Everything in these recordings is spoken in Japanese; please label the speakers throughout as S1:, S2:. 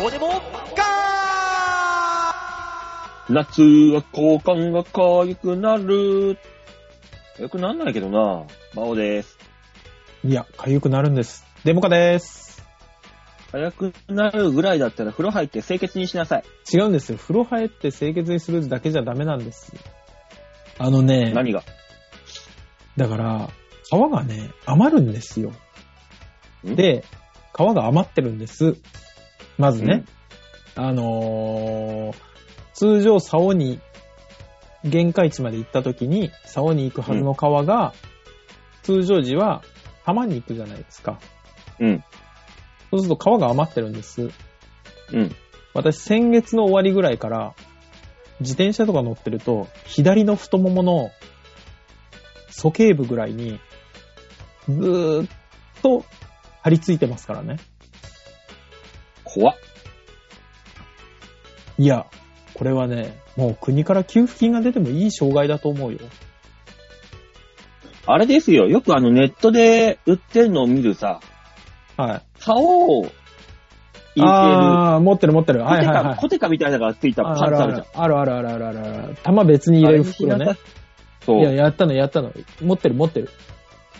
S1: どうでもガ
S2: 夏は好感が可愛くなる。よくなんないけどな。魔王です。
S3: いや、痒くなるんです。デモカです。
S2: 早くなるぐらいだったら風呂入って清潔にしなさい。
S3: 違うんですよ。風呂入って清潔にするだけじゃダメなんです。あのね、
S2: 何が
S3: だから、皮がね、余るんですよ。
S2: ん
S3: で、皮が余ってるんです。まずね、あのー通常、竿に、限界値まで行った時に、竿に行くはずの皮が、通常時は、浜に行くじゃないですか。
S2: うん。
S3: そうすると皮が余ってるんです。
S2: うん。
S3: 私、先月の終わりぐらいから、自転車とか乗ってると、左の太ももの、鼠径部ぐらいに、ずーっと張り付いてますからね。
S2: 怖っ。
S3: いや、これはね、もう国から給付金が出てもいい障害だと思うよ。
S2: あれですよ。よくあのネットで売ってるのを見るさ、
S3: はい。
S2: 竿を入れてる。
S3: ああ、持ってる持ってる。
S2: コ
S3: はい
S2: テ
S3: はいは
S2: カ、
S3: い。
S2: コテカみたいなのがついたパンツ
S3: ある
S2: あ
S3: あ
S2: るじゃ
S3: る
S2: ん。
S3: あるあるあるあるあるある。玉別に入れる袋
S2: あれ
S3: ね
S2: にしな。さい。そ
S3: いや、
S2: う。
S3: やったのやったの。持ってる持ってる。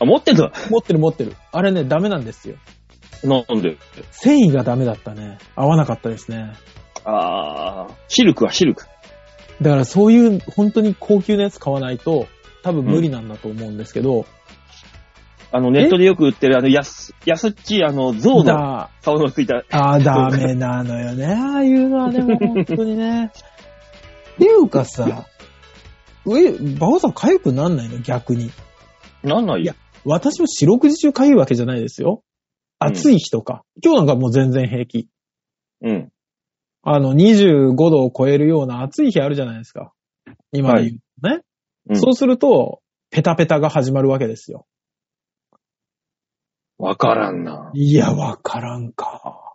S2: あ、持ってんの
S3: 持ってる持ってる。あれね、ダメなんですよ。
S2: なんで
S3: 繊維がダメだったね。合わなかったですね。
S2: あー、シルクはシルク。
S3: だからそういう本当に高級なやつ買わないと多分無理なんだと思うんですけど、
S2: あの、ネットでよく売ってる、あの、安、安っちい、あの、象の
S3: だ、
S2: 顔のついた。
S3: あーダメなの よね。ああいうのはでも本当にね。っていうか さ、上、馬王さん痒くなんないの逆に。
S2: なんない
S3: い
S2: よ
S3: や。私も四六時中痒いわけじゃないですよ。暑い日とか。今日なんかもう全然平気。
S2: うん。
S3: あの、25度を超えるような暑い日あるじゃないですか。今で言うとね。
S2: うん
S3: そうすると、ペタペタが始まるわけですよ。
S2: わからんな。
S3: いや、わからんか。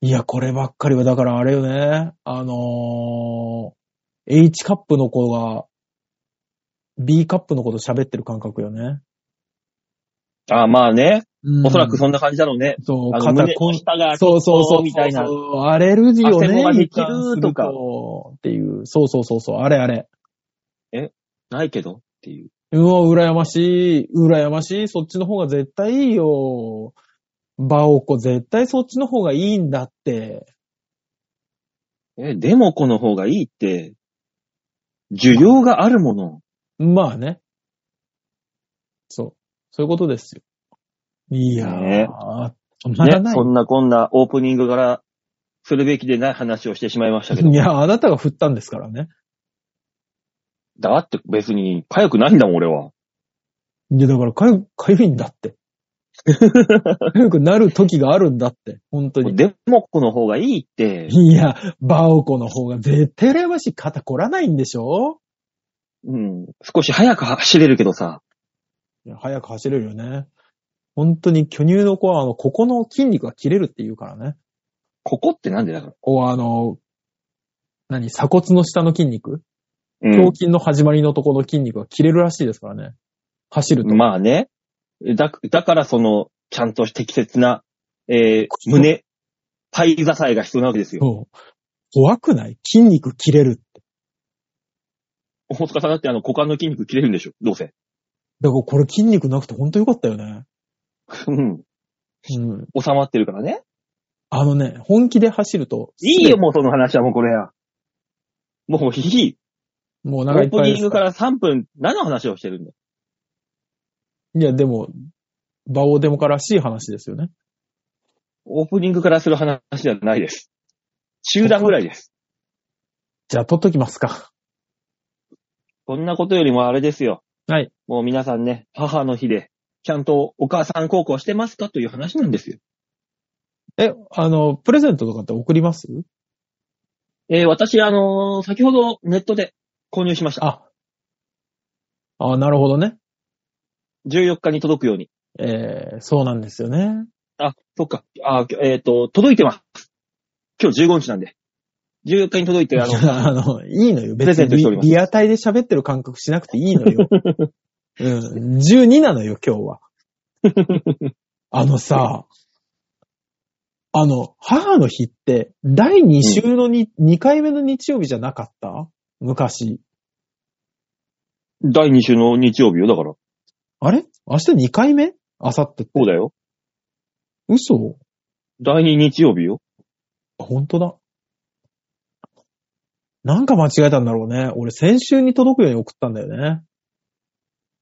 S3: いや、こればっかりは、だからあれよね。あのー、H カップの子が、B カップの子と喋ってる感覚よね。
S2: あーまあね。
S3: うん
S2: おそらくそんな感じだろうね。
S3: そう、
S2: あの、
S3: 肩
S2: 胸
S3: こ
S2: の
S3: ん、
S2: 下が、
S3: そうそうそう、
S2: みたいな
S3: そうそうあれるよ
S2: 汗
S3: ね。
S2: もができる
S3: 一貫す
S2: とか
S3: っていう、そうそうそう、そうあれあれ。
S2: ないけどっていう。
S3: うわ、羨ましい。羨ましい。そっちの方が絶対いいよ。バオコ絶対そっちの方がいいんだって。
S2: え、でもこの方がいいって、需要があるもの。
S3: まあね。そう。そういうことですよ。いやー、
S2: ね
S3: 止まら
S2: ね
S3: な、い。
S2: そんなこんなオープニングからするべきでない話をしてしまいましたけど
S3: い。や、あなたが振ったんですからね。
S2: だって別に、かゆくないんだもん、俺は。
S3: いや、だから、かゆ、かゆいんだって。かゆくなる時があるんだって。本当に。
S2: でもこの方がいいって、
S3: いや、バオコの方が絶対羨ましい。肩凝らないんでしょ
S2: うん、少し早く走れるけどさ。
S3: いや早く走れるよね。本当に巨乳の子は、あの、ここの筋肉が切れるって言うからね。
S2: ここってなんでだか
S3: こう、あの、何鎖骨の下の筋肉
S2: ら。
S3: 胸筋の始まりのところの筋肉が切れるらしいですからね。走ると。
S2: まあね。だ、だからその、ちゃんと適切な、えー
S3: そう
S2: 胸、体支えが必要なわけですよ。
S3: そう怖くない筋肉切れる。
S2: 大塚さんだってあの、股間の筋肉切れるんでしょどうせ。
S3: だからこれ筋肉なくてほんとよかったよね。
S2: うん。
S3: うん。
S2: 収まってるからね。
S3: あのね、本気で走ると。
S2: いいよ、もうその話はもうこれや。もうひひ、
S3: もうお
S2: オ
S3: 腹いっ
S2: ープ
S3: ぱ
S2: ニ
S3: いで
S2: ン
S3: す
S2: グか
S3: から。
S2: ら3分、何の話をしてるんだ
S3: いや、でも、バオデモからしい話ですよね。
S2: オープニングからする話じゃないです。中断ぐらいです。
S3: じゃあ、撮っときますか。
S2: そんなことよりもあれですよ。
S3: はい。
S2: もう皆さんね、母の日で、ちゃんとお母さん孝行してますかという話なんですよ。
S3: え、あの、プレゼントとかって送ります
S2: えー私、あのー先ほどネットで購入しました。
S3: あ。あなるほどね。
S2: 14日に届くように。
S3: えー、そうなんですよね。
S2: あ、そっか。あ、えっ、と、届いてます。今日15日なんで。14日に届いて、あの、
S3: あの、いいのよ。
S2: プレゼン
S3: 別
S2: トしており
S3: にリ
S2: ます
S3: リアタイで喋ってる感覚しなくていいの よ。うん。12なのよ、今日は。あのさ、あの、母の日って、第2週のに、2回目の日曜日じゃなかった昔。
S2: 第2週の日曜日よ、だから。
S3: あれ明日2回目明後日って。
S2: そうだよ。
S3: 嘘
S2: 第2日曜日よ。
S3: あ本当だ。なんか間違えたんだろうね。俺先週に届くように送ったんだよね。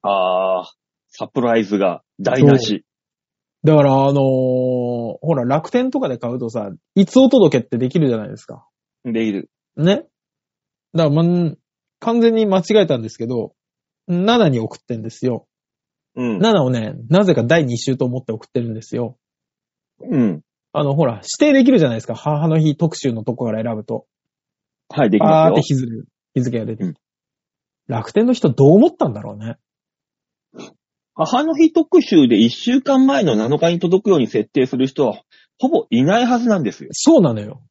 S2: あー、サプライズが台無し。
S3: だから、あのーほら、楽天とかで買うとさ、いつお届けってできるじゃないですか。
S2: できる。
S3: ね。だから、まん、完全に間違えたんですけど、7に送ってんですよ。
S2: うん。
S3: 7をね、なぜか第2週と思って送ってるんですよ。
S2: うん。
S3: あの、ほら、指定できるじゃないですか。母の日特集のとこから選ぶと。
S2: はい、でき
S3: あーっ
S2: ま
S3: て
S2: す
S3: 日付日付が出てき
S2: う
S3: て、
S2: ん
S3: 楽天の人どう思ったんだろうね。
S2: よ。母の日特集で1週間前の7日に届くように設定する人は、ほぼいないはずなんですよ。
S3: そうなのよ。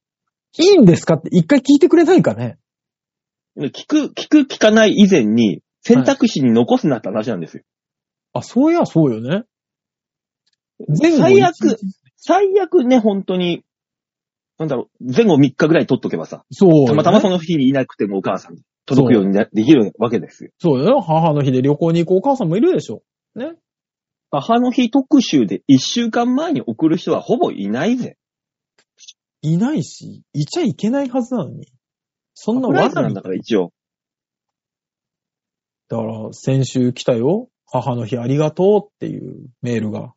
S3: いいんですかって一回聞いてくれないかね。
S2: 聞く、聞く、聞かない以前に、選択肢に残すなって話なんですよ。
S3: あ、そういや、そうよね。全
S2: 最悪。最悪ね、本当に、なんだろう、前後3日ぐらい取っとけばさ、
S3: そうよね、
S2: たまたまその日にいなくてもお母さんに届くようになできるわけですよ。
S3: そうよね。母の日で旅行に行くお母さんもいるでしょ。
S2: 母の日特集で1週間前に送る人はほぼいないぜ。
S3: いないし、いちゃいけないはずなのに。そんな
S2: わ
S3: わ
S2: ざ
S3: ざ
S2: な
S3: に
S2: んだから一応。
S3: だから、先週来たよ。母の日ありがとうっていうメー ルが。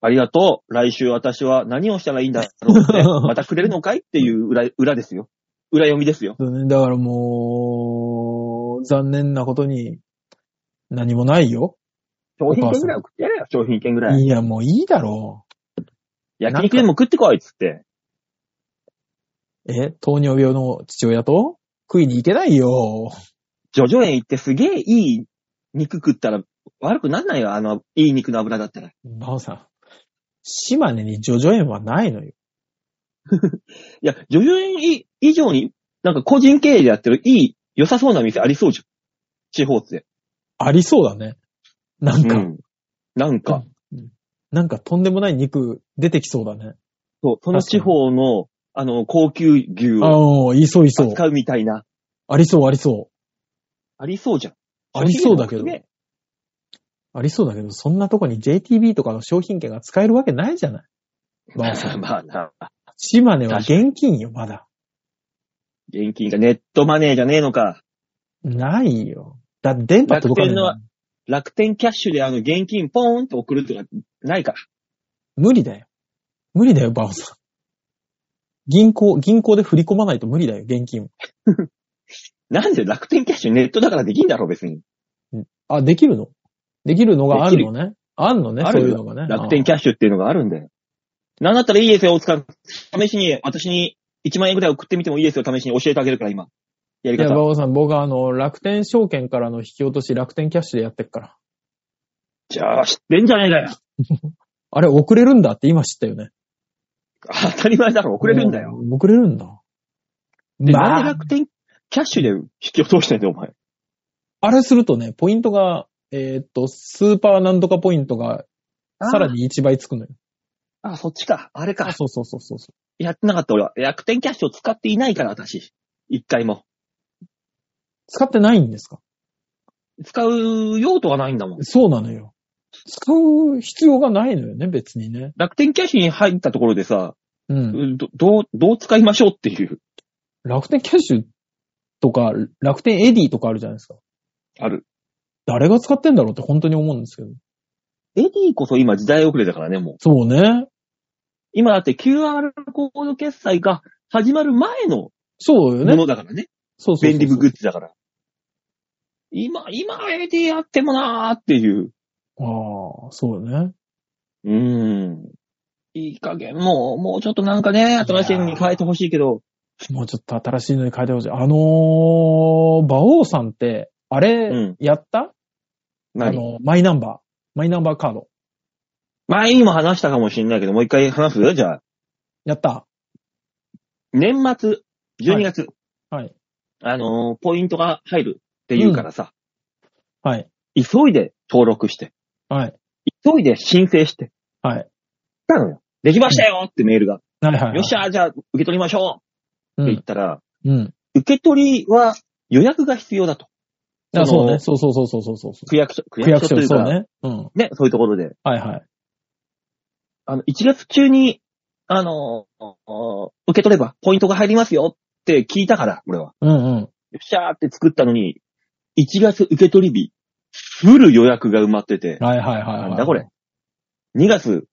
S2: ありがとう。来週私は何をしたらいいんだろうって、 またくれるのかいっていう裏、裏ですよ。裏読みですよ。
S3: そうねだからもう、残念なことに、何もないよ。
S2: 商品券ぐらい送ってやれよ、商品券ぐらい。
S3: いや、もういいだろ
S2: 焼肉でも食ってこいっつって。
S3: う。え、糖尿病の父親と食いに行けないよ。
S2: ジョジョ園行ってすげえいい肉食ったら悪くなんないよ、あの、いい肉の油だったら。
S3: バオさん。島根にジョジョ園はないのよ。
S2: いや、ジョジョ園以上に、なんか個人経営でやってるいい、良さそうな店ありそうじゃん。地方って。
S3: ありそうだね。なんか、
S2: うん。なんか、
S3: なんかとんでもない肉出てきそうだね。
S2: そう、その地方の、あの、高級牛を
S3: ああ、いそういそう。
S2: 扱うみたいな、
S3: ありそうありそ
S2: ありそうじゃん。
S3: ありそうだけど
S2: ね
S3: う。ありそうだけど、そんなとこに JTB とかの商品券が使えるわけないじゃない。
S2: ま
S3: ま
S2: あ
S3: あ
S2: さ、まあな、
S3: 島根は現金よ、まだ。
S2: 現金がネットマネーじゃねえのか。
S3: ないよ。だって電波届かないんだもん
S2: 楽楽天キャッシュであの、現金ポーンと送るとか、ないから。
S3: 無理だよ。無理だよ、バオさん。銀行、銀行で振り込まないと無理だよ、現金。
S2: なんで楽天キャッシュネットだからできんだろ、別に。
S3: あ、できるのできるのがあるのね。あんのね、
S2: あ
S3: そ
S2: るよ
S3: ういうのがね。
S2: 楽天
S3: キ
S2: キャッシュっていうのがあるんだよ。なんだったらいいですよ、大塚さん。試しに、私に1万円ぐらい送ってみてもいいですよ、試しに教えてあげるから、今。やり
S3: いや、
S2: 方。
S3: バオさん、僕はあの、楽天証券からの引き落とし、楽天キャッシュでやってっから。
S2: じゃあ、知ってんじゃねえかよ。
S3: あれ、遅れるんだって今知ったよね。
S2: 当たり前だろ、遅れるんだよ。
S3: うん。遅れるんだ。
S2: で、なんで
S3: まあ、
S2: 楽天キャッシュで引き落としてんだよ、お前。
S3: あれするとね、ポイントが、えーっと、スーパーなんとかポイントが、さらに1倍つくのよ。
S2: あ。あ、そっちか。あれか。
S3: そうそうそうそうそう。
S2: やってなかった俺は。楽天キャッシュを使っていないから、私。一回も。
S3: 使ってないんですか
S2: 使う用途がないんだもん。
S3: そうなのよ。使う必要がないのよね、別にね。
S2: 楽天キャッシュに入ったところでさ、
S3: うん。
S2: どどう、どう使いましょうっていう、
S3: 楽天キャッシュとか、楽天エディとかあるじゃないですか。
S2: ある。
S3: 誰が使ってんだろうって本当に思うんですけど。
S2: エディこそ今時代遅れだからね、もう。
S3: そうね。
S2: 今だって QR コード決済が始まる前の
S3: そうよ
S2: も
S3: ね。
S2: のだからね。
S3: そうそうそう
S2: 便利グッズだから。今、今、エディやってもなーっていう。
S3: ああ、そうよね。
S2: うーん。いい加減、もう、もうちょっとなんかね、新しいのに変えてほしいけど。
S3: もうちょっと新しいのに変えてほしい。あのー、馬王さんって、あ
S2: う
S3: れ
S2: ん。
S3: やった、あ
S2: 何
S3: の、マイナンバー。マイナンバーカード。
S2: 前にも話したかもしれないけど、もう一回話すじゃあ、
S3: やった
S2: 年末、12月、
S3: はい。
S2: あのーポイントが入るって言うからさ、
S3: はい。
S2: 急いで登録して、
S3: はい。
S2: 急いで申請して、
S3: はい。
S2: したのよ。できましたよってメールが。
S3: はいはいはい。
S2: よっしゃ、じゃあ受け取りましょ
S3: う
S2: うって言
S3: ん
S2: っ。たら、
S3: うん。
S2: 受け取りは予約が必要だと。
S3: あ、
S2: その
S3: そうね。そうそうそうそうそうそう。
S2: 区役所、区
S3: 区
S2: 役所
S3: 役
S2: と
S3: 所で
S2: いう
S3: そう
S2: か、ね
S3: ね。うん。
S2: そういうところで。
S3: はいはい。
S2: あの、1月中に、あのー受け取ればポイントが入りますよって聞いたから、俺は。
S3: うんうん。
S2: よっしゃーって作ったのに、1月受け取り日、フル予約が埋まってて、
S3: はいはいはい、はい。
S2: なんだこれ。2月、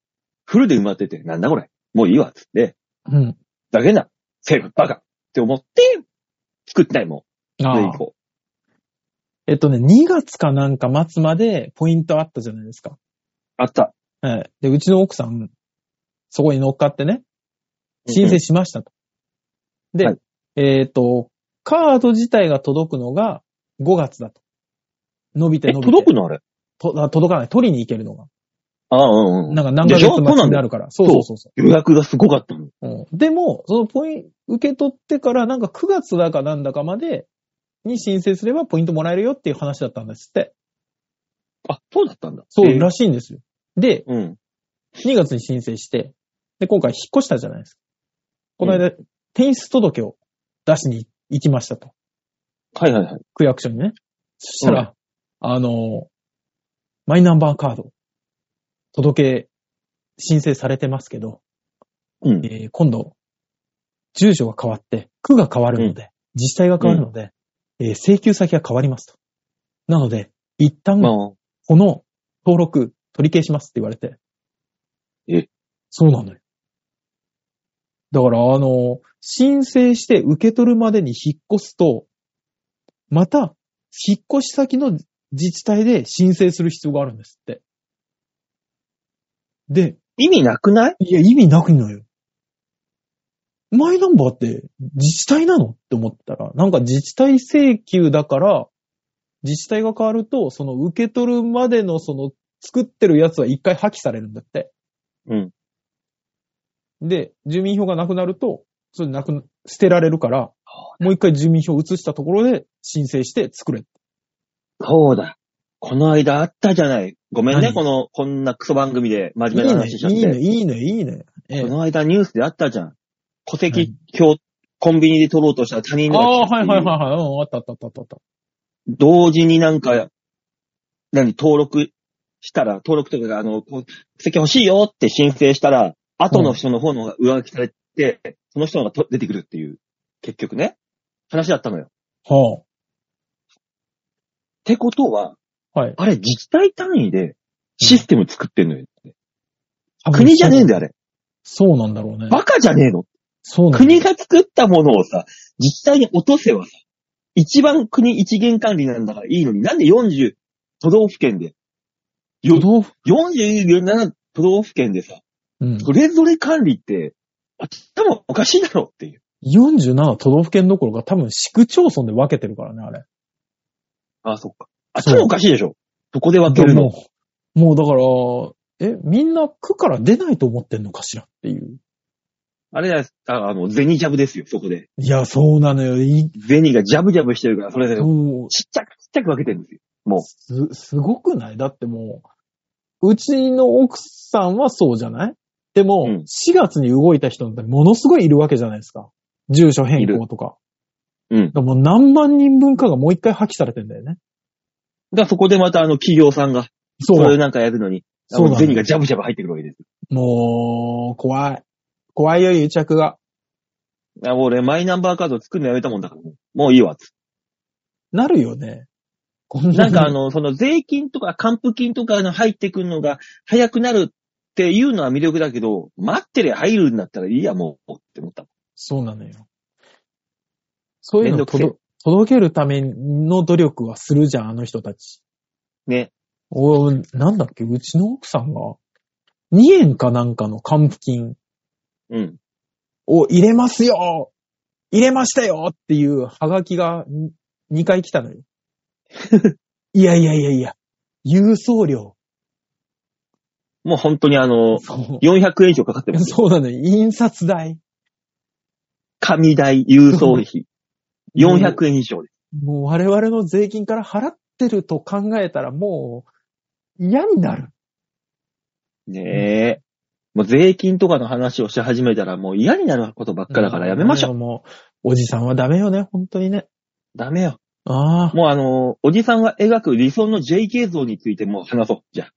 S2: フルで埋まってて、なんだこれ。もういいわ、つって。
S3: うん。
S2: だけんな。セーフ、バカって思って、作ってないもん。
S3: あ
S2: それ
S3: あ
S2: 以。降。
S3: えっとね、2月かなんか末までポイントあったじゃないですか。
S2: あった。
S3: はい。で、うちの奥さん、そこに乗っかってね、申請しましたと。で、
S2: はい
S3: えっ、と、カード自体が届くのが5月だと。伸びて
S2: え、
S3: 伸びて。
S2: 届くのあれ。
S3: とあ届かない。取りに行けるのが。
S2: ああ、うんうん。
S3: なんか何ヶ
S2: でし
S3: 月
S2: ょ
S3: 待
S2: そう
S3: ち
S2: なんだ
S3: にな
S2: よ。
S3: るから。そうそうそうそ
S2: 予約がすごかったの。
S3: う、うんでも、そのポイント、受け取ってからなんか9月だかなんだかまでに申請すればポイントもらえるよっていう話だったんですって。
S2: あ、そうだったんだ。
S3: そ
S2: え
S3: う
S2: ー
S3: らしいんですよ。で、
S2: うん。
S3: 2月に申請して、で、今回引っ越したじゃないですか。この間、転出届を出しに行きましたと。
S2: はいはいはい。
S3: 区役所にね。そしたら、あの、マイナンバーカード、届け、申請されてますけど、
S2: うん
S3: え。ー今度、住所が変わって、区が変わるので、自治体が変わるので、えー請求先が変わりますと。なので、一旦、
S2: まあ、
S3: この登録取り消しますって言われて。
S2: え
S3: そうなのよ。だから、あの、申請して受け取るまでに引っ越すと、また、引っ越し先の自治体で申請する必要があるんですって。で、
S2: 意味なくない
S3: いや、意味なくのよ。マイナンバーって自治体なのって思ったら、なんか自治体請求だから、自治体が変わると、その受け取るまでのその作ってるやつは一回破棄されるんだって。
S2: うん。
S3: で、住民票がなくなると、それなくな、捨てられるから、もう一回住民票移したところで申請して作れ。
S2: そうだ。この間あったじゃない。ごめんね、
S3: 何
S2: この、こんなクソ番組で真
S3: いい
S2: 面目な
S3: ね、
S2: 話しちゃっ
S3: いいね、
S2: て。
S3: いいね、いいね。ええ
S2: この間ニュースであったじゃん。戸籍表、コンビニで取ろうとしたら他人
S3: あ
S2: の
S3: あ、
S2: やつって
S3: は
S2: う
S3: いはいはいはい。うん、あったあったあったあった。
S2: 同時になんか、何、登録したら、登録というか、あの、こう戸籍欲しいよって申請したら、後の人の方のが上書きされて、その人のがと出てくるっていう、結局ね、話だったのよ。っ
S3: は
S2: てことは、
S3: あ。はい。
S2: あれ自治体単位でシステム作ってんのよ。国じゃねえんだよ、あれ。
S3: そうなんだろうね。
S2: バカじゃねえの。
S3: そうなんだ
S2: 国が作ったものをさ、自治体に落とせばさ、一番国一元管理なんだからいいのに、なんで40都道府県で、よ
S3: 都道府、
S2: 47都道府県でさ、
S3: うん、
S2: それぞれ管理って、頭おかしいだろっていう。
S3: 47都道府県どころか多分市区町村で分けてるからね、あれ。
S2: ああ、そっか。
S3: そう
S2: 頭おかしいでしょそこで分けるの。
S3: もう、もうだから、え、みんな区から出ないと思ってんのかしらっていう。
S2: あれだよ、ああの、銭ジャブですよ、そこで。
S3: いや、そうなのよ。い
S2: 銭がジャブジャブしてるから、それで、ちっ
S3: そう
S2: ちゃくちっちゃく分けてるんですよ。
S3: す、すごくないだってもう、うちの奥さんはそうじゃないでも、
S2: うん
S3: 4月に動いた人ってものすごいいるわけじゃないですか。住所変更とか。
S2: いるうん
S3: でもう何万人分かがもう一回破棄されてんだよね。
S2: だからそこでまたあの企業さんが、
S3: そ
S2: そうれ。なんかやるのに、あ
S3: そう
S2: の
S3: なの
S2: 銭がジャブジャブ入ってくるわけですよ
S3: もう、怖い。怖いよ、癒着が。
S2: あ俺、マイナンバーカード作るのやめたもんだから、もういいわ。つ
S3: なるよね。こん
S2: なんかあ
S3: の、
S2: の、その税金とか還付金とかの入ってくるのが早くなるっていうのは魅力だけど、待ってりゃ入るんだったらいいや、もう、って思った。
S3: そうなのよ。そうい
S2: め
S3: う
S2: ん
S3: の
S2: どくせえ
S3: 届届けるための努力はするじゃん、あの人たち。
S2: ね。
S3: おなんだっけ、うちの奥さんが、2円かなんかの還付金
S2: うん。
S3: を入れますよ入れましたよっていうハガキが2回来 たのよ。いやいやいやいや、郵送料。
S2: もう本当にあの、
S3: そう
S2: 400円以上かかってますよ。
S3: そうなのよ。印刷代。
S2: 紙代、郵送費、400円以上です。
S3: もう我々の税金から払ってると考えたらもう嫌になる。
S2: ねえ。もう税金とかの話をし始めたらもう嫌になることばっかだからやめましょう。
S3: う。もう、おじさんはダメよね、本当にね。
S2: ダメよ。
S3: ああ。
S2: もうあの、おじさんが描く理想の JK 像についてもう話そう。じゃあ。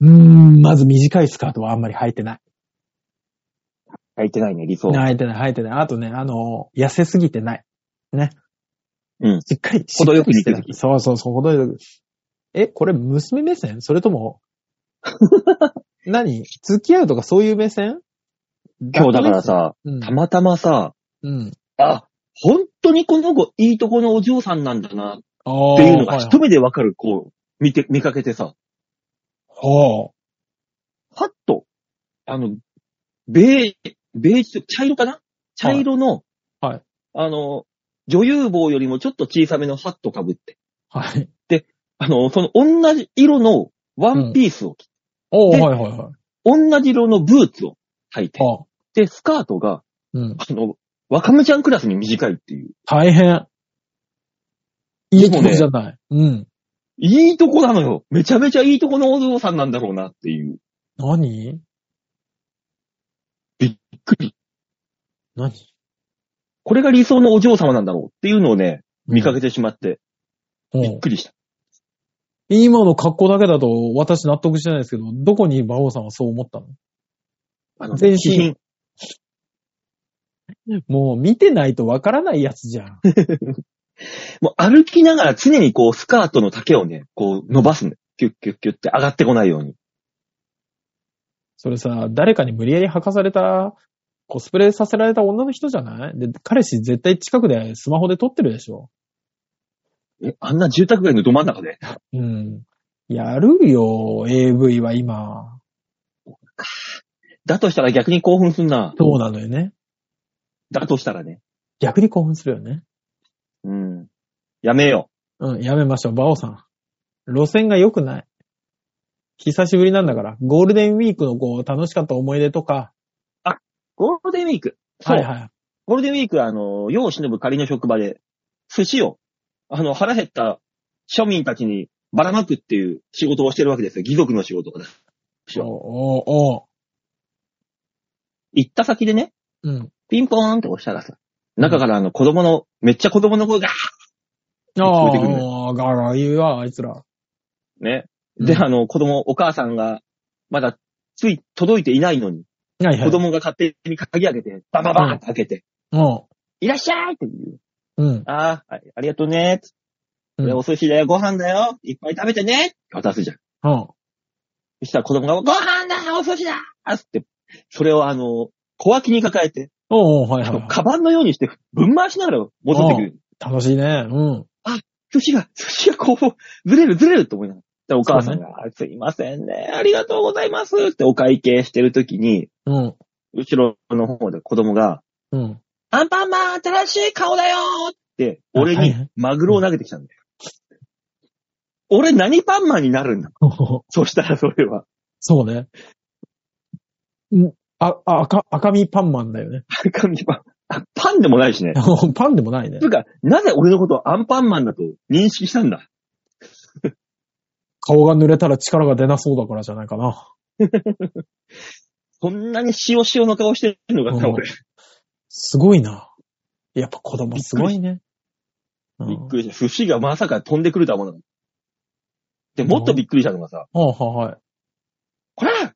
S3: うーん、まず短いスカートはあんまり履いてない。
S2: 書いてないね、理想。
S3: 履いてない、履いてない。あとね、あの、痩せすぎてない。ね。
S2: うん
S3: しっかり、
S2: 程よく
S3: して
S2: 肉
S3: な
S2: 付
S3: い。そうそうそう、程よく。え、これ娘目線それ とも、何付き合うとかそういう目線
S2: 今日だから、さ、
S3: うん
S2: たまたまさ、
S3: うん。
S2: あ、本当にこの子いいとこのお嬢さんなんだな、っ
S3: ああ。
S2: ていうのが一目でわかる、こう、見て、見かけてさ、
S3: は
S2: はっと、あの、ベー、ベージュ、茶色かな茶色の、
S3: はいはい
S2: あの、女優帽よりもちょっと小さめのハット被って、
S3: あ。はい。
S2: あの、その同じ色のワンピースを着て、
S3: おー
S2: で
S3: はいはいはい。
S2: 同じ色のブーツを履いて、
S3: はあ。
S2: で、スカートが、
S3: うん。
S2: あの、わかめちゃんクラスに短いっていう。
S3: 大変。いい
S2: で
S3: こ
S2: も
S3: と
S2: ね
S3: じゃない。うん。
S2: いいとこなのよ。めちゃめちゃいいとこのお嬢さんなんだろうなっていう。
S3: 何
S2: びっくり。
S3: 何
S2: これが理想のお嬢様なんだろうっていうのをね、見かけてしまって、
S3: うん
S2: びっくりした。
S3: 今の格好だけだと私納得してないですけど、どこに馬王さんはそう思ったの
S2: あの、
S3: 全身
S2: 気品
S3: もう見てないとわからないやつじゃん。
S2: もう歩きながら常にこう、スカートの丈をね、こう、伸ばすね。キュッキュッキュッって上がってこないように。
S3: それさ、誰かに無理やり履かされた、コスプレさせられた女の人じゃないで、彼氏絶対近くでスマホで撮ってるでしょ。
S2: え、あんな住宅街のど真ん中で。
S3: うん。やるよ、AV は今。
S2: だとしたら逆に興奮すんな。
S3: そうなのよね。
S2: だとしたらね。
S3: 逆に興奮するよね。
S2: うん。やめよ
S3: うん、やめましょう、バオさん。路線が良くない。久しぶりなんだから、ゴールデンウィークのこう、楽しかった思い出とか、
S2: う。ゴールデンウィーク。そう。
S3: はいはい。
S2: ゴールデンウィークは、あの、世を忍ぶ仮の職場で、寿司を、あの、腹減った庶民たちにばらまくっていう仕事をしてるわけですよ。義族の仕事をです。
S3: おうおうお
S2: 行った先でね、
S3: ううん。
S2: ピンポーンって押したらさ、中からあの、子供の、めっちゃ子供の声が、
S3: あ
S2: 聞こえてくるね
S3: あ、ガラ言うわ、あいつら。
S2: ね。で、
S3: うん
S2: あの、子供、お母さんが、まだ、つい、届いていないのに、
S3: はいはい。
S2: 子供が勝手に鍵開けて、バババーンって開けて、
S3: 供。
S2: いらっしゃいって言う。
S3: うん。うん。
S2: ああ、はいありがとうね。つってこれお寿司だよ、ご飯だよ、いっぱい食べてね。渡すじゃん。
S3: うん。
S2: そしたら子供が、ご飯だお寿司だつって、それをあの、小脇に抱えて、
S3: おうおうはい
S2: あ
S3: はい
S2: の、
S3: はい。
S2: カバンのようにして、ぶん回しながら戻ってくる。
S3: 楽しいね。うん。
S2: 寿司が、寿司がこう、ずれるずれると思いながら。でお母さん
S3: そ
S2: が、あすいませんね、ありがとうございますってお会計してるときに、
S3: うん。
S2: 後ろの方で子供が、
S3: うん。
S2: アンパンマン新しい顔だよって、俺
S3: あはい
S2: に
S3: はい
S2: マグロを投げてきたんだよ。俺何パンマンになるんだそしたらそれは、
S3: そうね。んあ、あ、赤、赤身パンマンだよね。
S2: 赤身パン。あパンでもないしね。
S3: パンでもないね
S2: つ。うか、なぜ俺のことをアンパンマンだと認識したんだ
S3: 顔が濡れたら力が出なそうだからじゃないかな。
S2: こんなに塩塩の顔してるのがさ、
S3: うん
S2: 俺。
S3: すごいな。やっぱ子供すごいね。うん
S2: びっくりした。寿司がまさか飛んでくるとは思わなかった。で、もっとびっくりしたのがさ、
S3: ああ、はいはい。
S2: これ食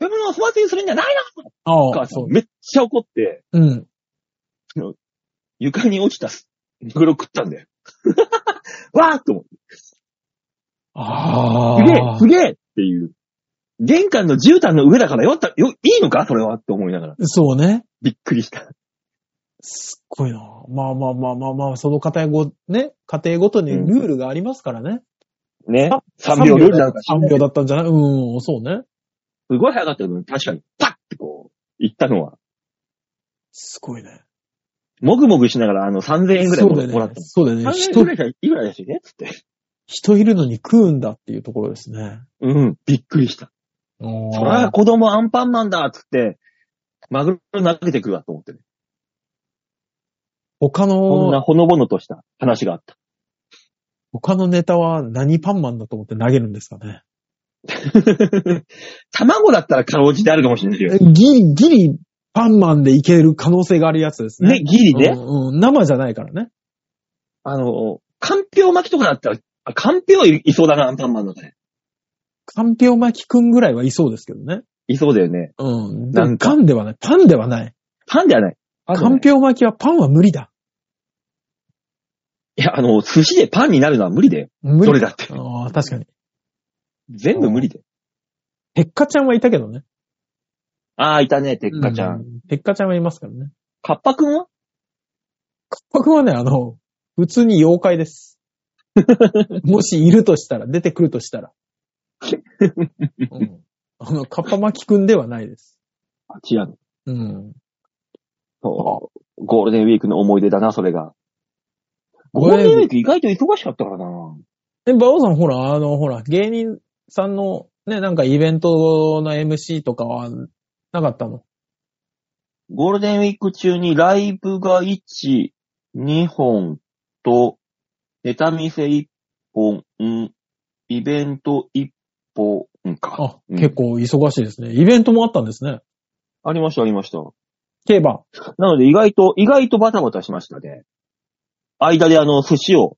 S2: べ物を粗末にするんじゃないのお
S3: ああ、
S2: 母さ
S3: そ
S2: ん
S3: う。
S2: めっちゃ怒って、
S3: うん。
S2: 床に落ちたすマグロ食ったんだよ。 わーっと思って。
S3: あ
S2: すげえ
S3: あ
S2: す。げえっていう。玄関の絨毯の上だからよった、よ、いいのかそれはって思いながら。
S3: そうね。
S2: びっくりした。
S3: すっごいな。まあまあまあまあまあ、その家庭ご、ね、家庭ごとにルールがありますからね。
S2: ね
S3: あ。
S2: 3秒ルールなんか知ん
S3: 3
S2: ない
S3: 秒だったんじゃないうん、そうね。
S2: すごい早かったけど、確かに、パッってこう、行ったのは、
S3: すごいね。
S2: もぐもぐしながら、あの、3000円ぐらい
S3: そう
S2: も
S3: だよ
S2: らっ
S3: ね。
S2: たの。
S3: そうだよね。
S2: 3000円
S3: 人
S2: ぐ、らいじゃいくらだしねつって。
S3: 人いるのに食うんだっていうところですね。
S2: うん、びっくりした。
S3: お
S2: そら、子供アンパンマンだっつって、マグロ投げてくるわと思ってね。
S3: 他
S2: こんな
S3: の、
S2: ほのぼのとした話があった。
S3: 他のネタは何パンマンだと思って投げるんですかね。
S2: 卵だったらかろうじてあるかもしれないよ。
S3: ギリ、ギリ、パンマンでいける可能性があるやつです
S2: ね、
S3: ね。
S2: ギリね。
S3: うんうん、生じゃないからね。
S2: あの、かんぴょう巻きとかだったら、あかんぴょういいそうだな、アンパンマンの中で。
S3: かんぴょう巻きくんぐらいはいそうですけどね。
S2: いそうだよね。
S3: うん。
S2: な
S3: なんん
S2: か
S3: か。パンではない。パンではない。
S2: パンではない。あるよね
S3: かんぴょう巻きはパンは無理だ。
S2: いや、あの、寿司でパンになるのは無理だよ。
S3: 無
S2: どれ
S3: 理だ。
S2: だって。
S3: ああ、確かに。
S2: 全部無理だよ。
S3: ペッカちゃんはいたけどね。
S2: ああ、いたね、てっかちゃん。
S3: う。ペッカちゃんはいますからね。
S2: カッパくんは
S3: カッパくんはね、あの、普通に妖 怪です。もしいるとしたら、出てくるとし たら。うんあの、カッパ巻きくんではないです。
S2: あ違うの。
S3: うん。
S2: そう。ゴールデンウィークの思い出だな、それが。ゴールデンウィーク意外と忙しかったからな。
S3: え、バオさんほら、あの、ほら、芸人さんのね、なんかイベントの MC とかはなかったの
S2: ゴールデンウィーク中にライブが1、2本と、ネタ見せ1本、イベント1本か。
S3: あ、
S2: うん
S3: 結構忙しいですね。イベントもあったんですね。
S2: ありました、ありました。
S3: 競馬。
S2: なので意外と、意外とバタバタしましたね。間であの、寿司を、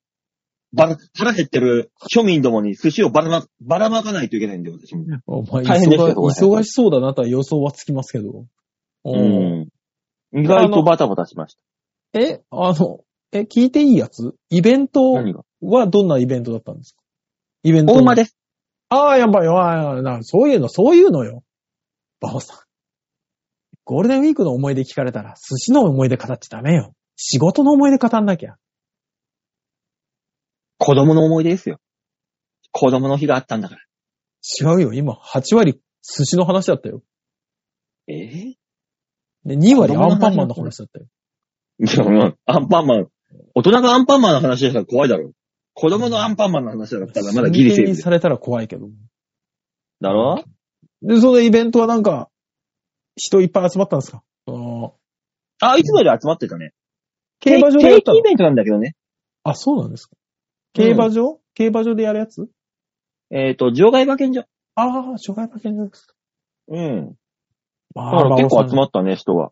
S2: ばら、腹減ってる庶民どもに寿司をばらま、ばらまかないといけないんで、私も。
S3: お前
S2: 大変ですよこれ
S3: 忙しそうだなとは予想はつきますけど。おー
S2: うん。意外とバタバタしました。
S3: え、あの、え、聞いていいやつイベント
S2: 何が
S3: はどんなイベントだったんですかイベント
S2: 大間です。
S3: ああ、やっぱり、ああなそういうの、そういうのよ。バオさん。ゴールデンウィークの思い出聞かれたら、寿司の思い出語っちゃダメよ。仕事の思い出語んなきゃ。
S2: 子供の思い出ですよ。子供の日があったんだから。
S3: 違うよ、今、8割寿司の話だったよ。
S2: え え
S3: で2割
S2: 子供の話
S3: アンパンマンの話だったよ。
S2: いや、まあ、アンパンマン、大人がアンパンマンの話だから怖いだろ。子供のアンパンマンの話だったらまだギリセ
S3: 真
S2: ー
S3: 剣
S2: フ
S3: に
S2: だよ
S3: されたら怖いけど。
S2: だろ
S3: で、そのイベントはなんか、人いっぱい集まったんですかあの
S2: あ、いつもより集まってたね。
S3: 競馬場でやっ
S2: 定
S3: た
S2: 期イ
S3: の
S2: ベントなんだけどね。
S3: あ、そうなんですか競馬場、競馬場でやるやつ
S2: えっ、と、場外馬券所。
S3: ああ、障害馬券場ですか。
S2: うん。
S3: ま
S2: だから結構集
S3: っ
S2: まったね、人が。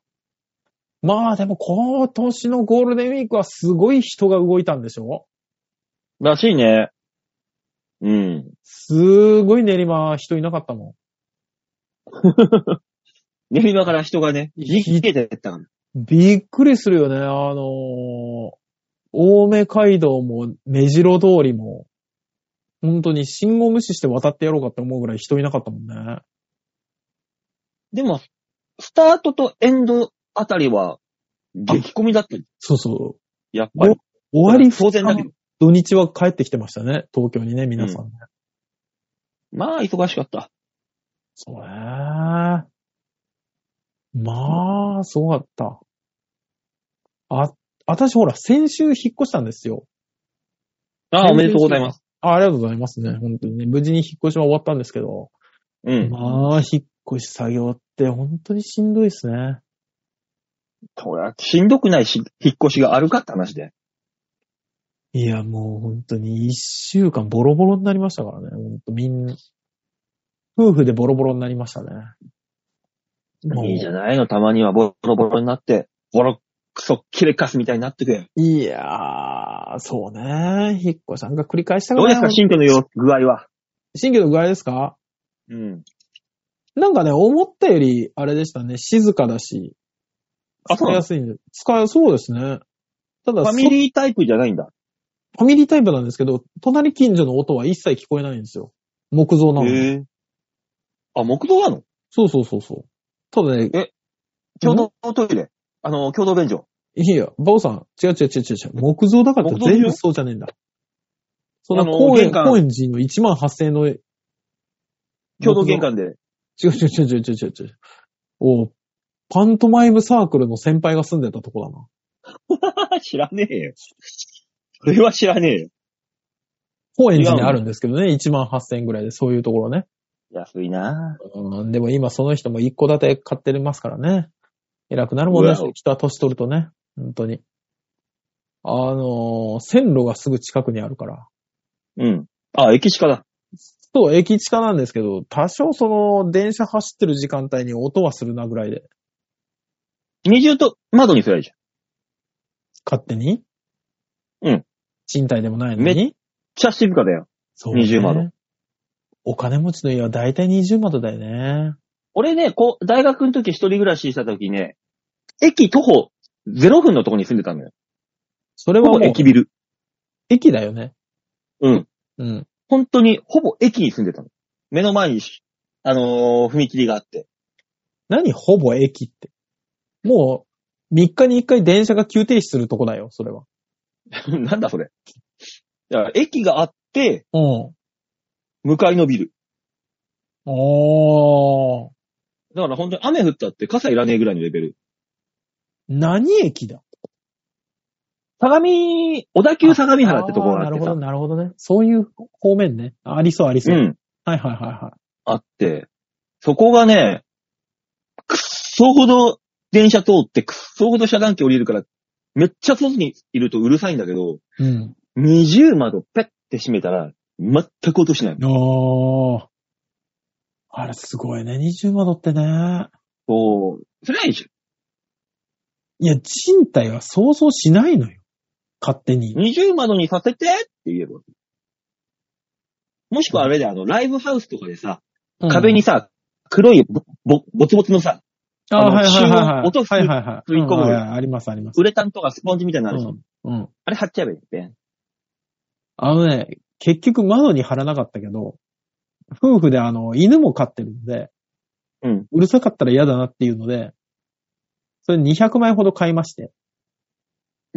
S3: まあでも今年のゴールデンウィークはすごい人が動いたんでしょ
S2: らしいね。うん。
S3: すごい練馬人いなかったも
S2: 練馬から人がね、引き付けてったから。
S3: ん。びっくりするよね。あのー青梅街道も目白通りも、本当に信号無視して渡ってやろうかって思うぐらい人いなかったもんね。
S2: でも、スタートとエンドあたりは、激込みだった。
S3: そうそう。
S2: やっぱり。
S3: 終わり
S2: 当然だけど。
S3: 土日は帰ってきてましたね。東京にね、皆さんね。
S2: まあ、忙しかった。
S3: そうね。まあ、すごかった。あ、私ほら、先週引っ越したんですよ。
S2: ああ、おめでとうございます。
S3: あ。ありがとうございますね。本当にね。無事に引っ越しは終わったんですけど。
S2: うん。
S3: まあ、引っ越し作業って本当にしんどいですね。
S2: これはしんどくないし、引っ越しがあるかって話で。
S3: いや、もう本当に一週間ボロボロになりましたからね。本当みんな。夫婦でボロボロになりましたね。もう
S2: いいじゃないの、たまにはボロボロになって、ボロクソ切れかすみたいになってくれ。
S3: いやー、そうね。引っ越しなんか繰り返したか
S2: どう
S3: ら
S2: ですか、
S3: ね
S2: 新居のよ具合は。
S3: 新居の具合ですか
S2: うん。
S3: なんかね、思ったより、あれでしたね、静かだし、
S2: あそう
S3: 使い
S2: なの
S3: やすいんで、使い、そうですね。ただ、
S2: ファミリータイプじゃないんだ。
S3: そファミリータイプなんですけど、隣近所の音は一切聞こえないんですよ。木造なのに。
S2: へえ。あ、木造なの
S3: そうそうそうそう。ただね、
S2: 共同トイレ。あの、共同便所。
S3: いや、バオさん、違う違う違う違う違う、木造だからっ
S2: 木
S3: て
S2: 造でしょ
S3: 全部そうじゃねえんだ。そんな
S2: あの
S3: 高円、
S2: 玄関
S3: 高円寺の1万8000円の、
S2: 共同玄関で。
S3: 違う違う違う違う違う違う。おパントマイムサークルの先輩が住んでたとこだ な。
S2: 知らねえよ。それは知らねえよ。
S3: 高円寺にあるんですけどね、1万8000円ぐらいで、そういうところね。
S2: 安いな
S3: うん、でも今その人も一戸建て買ってますからね。偉くなるもん
S2: う
S3: ね
S2: わ、
S3: 人は年取るとね。本当に。あのー線路がすぐ近くにあるから。
S2: うん。あ、駅近だ。
S3: そう、駅地下なんですけど、多少その、電車走ってる時間帯に音はするなぐらいで、
S2: 二重と窓にすればいいじ
S3: 勝手に
S2: うん。
S3: 賃貸でもないの
S2: め
S3: に
S2: ゃん。めっちゃ静かだよ。
S3: そう、
S2: 二重窓。
S3: お金持ちの家は大体20窓だよね。
S2: 俺ね、こう、大学の時一人暮らしした時ね、駅徒歩0分のとこに住んでたのよ。
S3: それは
S2: ほ
S3: もう
S2: ぼ、駅ビル。
S3: 駅だよね。
S2: うん。
S3: うん。
S2: 本当に、ほぼ駅に住んでたの。目の前にし、あのー踏切があって。
S3: 何ほぼ駅って。もう、3日に1回電車が急停止するとこだよ、それは。
S2: なんだそれ。だから、駅があって、
S3: うん。
S2: 向かいのビル。
S3: おー。
S2: だから本当に雨降ったって傘いらねえぐらいのレベル。
S3: 何駅だ
S2: 相模、小田急相模原ってとこがあ
S3: あー
S2: っ
S3: な
S2: て
S3: るほ
S2: さ
S3: ど、。なるほどね。そういう方面ね。ありそう、ありそうう。
S2: ん。
S3: はいはいはいはい。
S2: あって、そこがね、くっそほど電車通ってくっそほど遮断機降りるから、めっちゃ外にいるとうるさいんだけど、
S3: うん。
S2: 二重窓ペッて閉めたら、全く音しないの。
S3: おー。あれすごいね、20窓ってね。
S2: こう、それはいいじ
S3: いや、賃貸は想像しないのよ。勝手に
S2: ゃん。。二重窓にさせてって言えば。もしくはあれで、あの、ライブハウスとかでさ、壁にさ、黒いぼ、ぼ、ぼつぼつのさ、
S3: うん、あー、
S2: あの
S3: はいはいはい
S2: 収音
S3: はい。
S2: 音を吸い
S3: はいはいはい。
S2: 吸い込む
S3: うんはいはいありますあります。
S2: ウレタンとかスポンジみたいなのあるじゃん
S3: うん。うん。
S2: あれ貼っちゃえばいいね。
S3: あのね、結局窓に貼らなかったけど、夫婦であの、犬も飼ってるんで、
S2: うん。
S3: うるさかったら嫌だなっていうので、それ200枚ほど買いまして。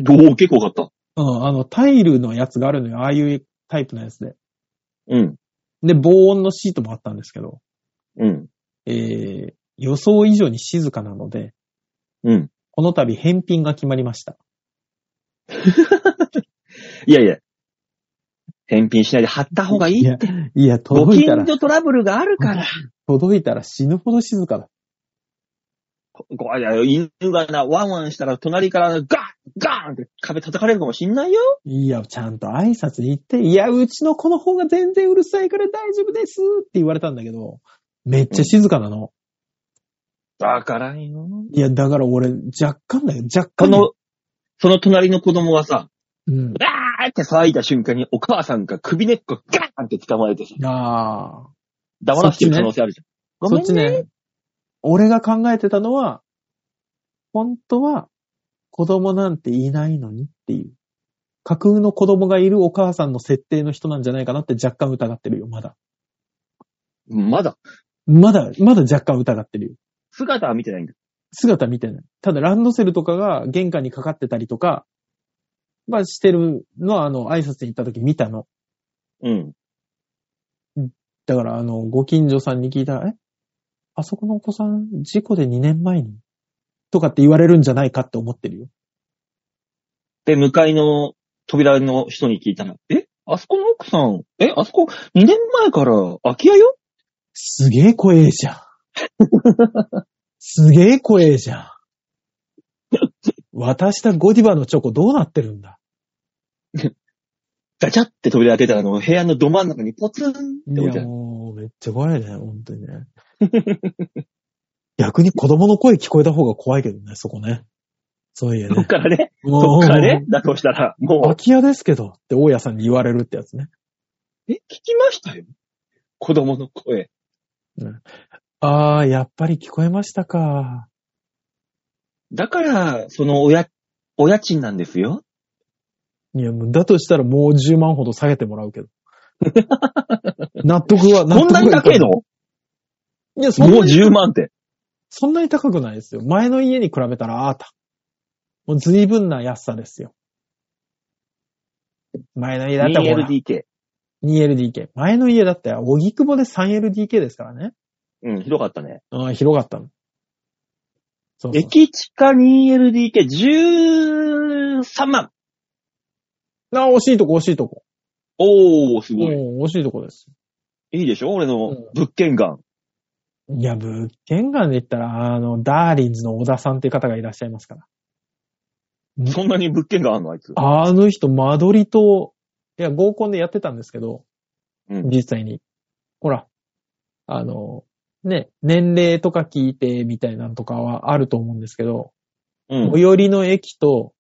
S2: おお、結構買った。
S3: うん、あの、タイルのやつがあるのよ。ああいうタイプのやつで。
S2: うん。
S3: で、防音のシートもあったんですけど、
S2: うん。
S3: えー、予想以上に静かなので、
S2: うん。
S3: この度返品が決まりました。
S2: いやいや。返品しないで貼った方がいいって。
S3: いや、
S2: ご
S3: 届い
S2: 近
S3: たら、
S2: 所トラブルがあるから。
S3: 届いたら死ぬほど静かだ。
S2: こいや犬がな、ワンワンしたら隣からガンガーンって壁叩かれるかもしんないよ。
S3: いや、ちゃんと挨拶に行って、いや、うちの子の方が全然うるさいから大丈夫ですって言われたんだけど、めっちゃ静かなの。
S2: だからよ。
S3: いや、だから俺、若干だよ、若
S2: こ
S3: 干だよ。
S2: の、その隣の子供がさ、
S3: うん。
S2: ガーって騒いだ瞬間にお母さんが首根っこガーンって捕まえてさ、
S3: ああ。
S2: 黙らせてる可能性あるじゃん。
S3: そっ
S2: ご
S3: ち
S2: めんね。
S3: ね、俺が考えてたのは、本当は子供なんていないのにっていう。架空の子供がいるお母さんの設定の人なんじゃないかなって若干疑ってるよ、まだ。
S2: まだ、
S3: まだ、まだ若干疑ってるよ。
S2: 姿は見てないんだ。
S3: 姿見てない。ただランドセルとかが玄関にかかってたりとか、まあしてるのはあの挨拶に行った時見たの。
S2: うん。
S3: だからあの、ご近所さんに聞いたら、えあそこのお子さん事故で2年前にとかって言われるんじゃないかって思ってるよ。
S2: で、向かいの扉の人に聞いたら、えあそこの奥さん、えあそこ2年前から空き家よ
S3: すげえ怖えじゃん。すげえ怖えじゃん。渡したゴディバのチョコどうなってるんだ
S2: ガチャって扉開けたら、あの、部屋のど真ん中にポツンって置いてある。
S3: もう、めっちゃ怖いね、本当にね。 逆に子供の声聞こえた方が怖いけどね、そこね。そういえ
S2: そっ
S3: ね。
S2: からね、 そ
S3: も
S2: っからね、だとしたら、も
S3: 空き家ですけどって大家さんに言われるってやつね。
S2: う、え、聞きましたよ。子供の声。
S3: ああ、やっぱり聞こえましたか。
S2: だから、そのおや、お家賃なんですよ。
S3: いや、もうだとしたらもう10万ほど下げても らうけど。納得は、納
S2: こん
S3: 得
S2: なに
S3: はいか
S2: 高いのも
S3: いや、
S2: う
S3: そんなに、
S2: 10万って。
S3: そんなに高くないですよ。前の家に比べたら、あーた。もう随分な安さですよ。前の家だったらほら
S2: 2LDK。
S3: 2LDK。前の家だって、荻窪で 3LDK ですからね。
S2: うん、広かったね。
S3: うん、広がったの。そうそう
S2: 駅地下 2LDK13 万。
S3: あ、惜しいとこ、惜しいとこ。
S2: おー、すごい。
S3: うん、惜しいとこです。
S2: いいでしょ俺
S3: う
S2: の
S3: ん
S2: 物件が。
S3: いや、物件がで言ったら、あの、ダーリンズの小田さんっていう方がいらっしゃいますから。
S2: そんなに物件があんのあいつ。
S3: あの人、間取りと、いや、合コンでやってたんですけど、
S2: うん
S3: 実際に。ほら、あの、ね、年齢とか聞いてみたいなんとかはあると思うんですけど、
S2: うん。
S3: 最寄りの駅と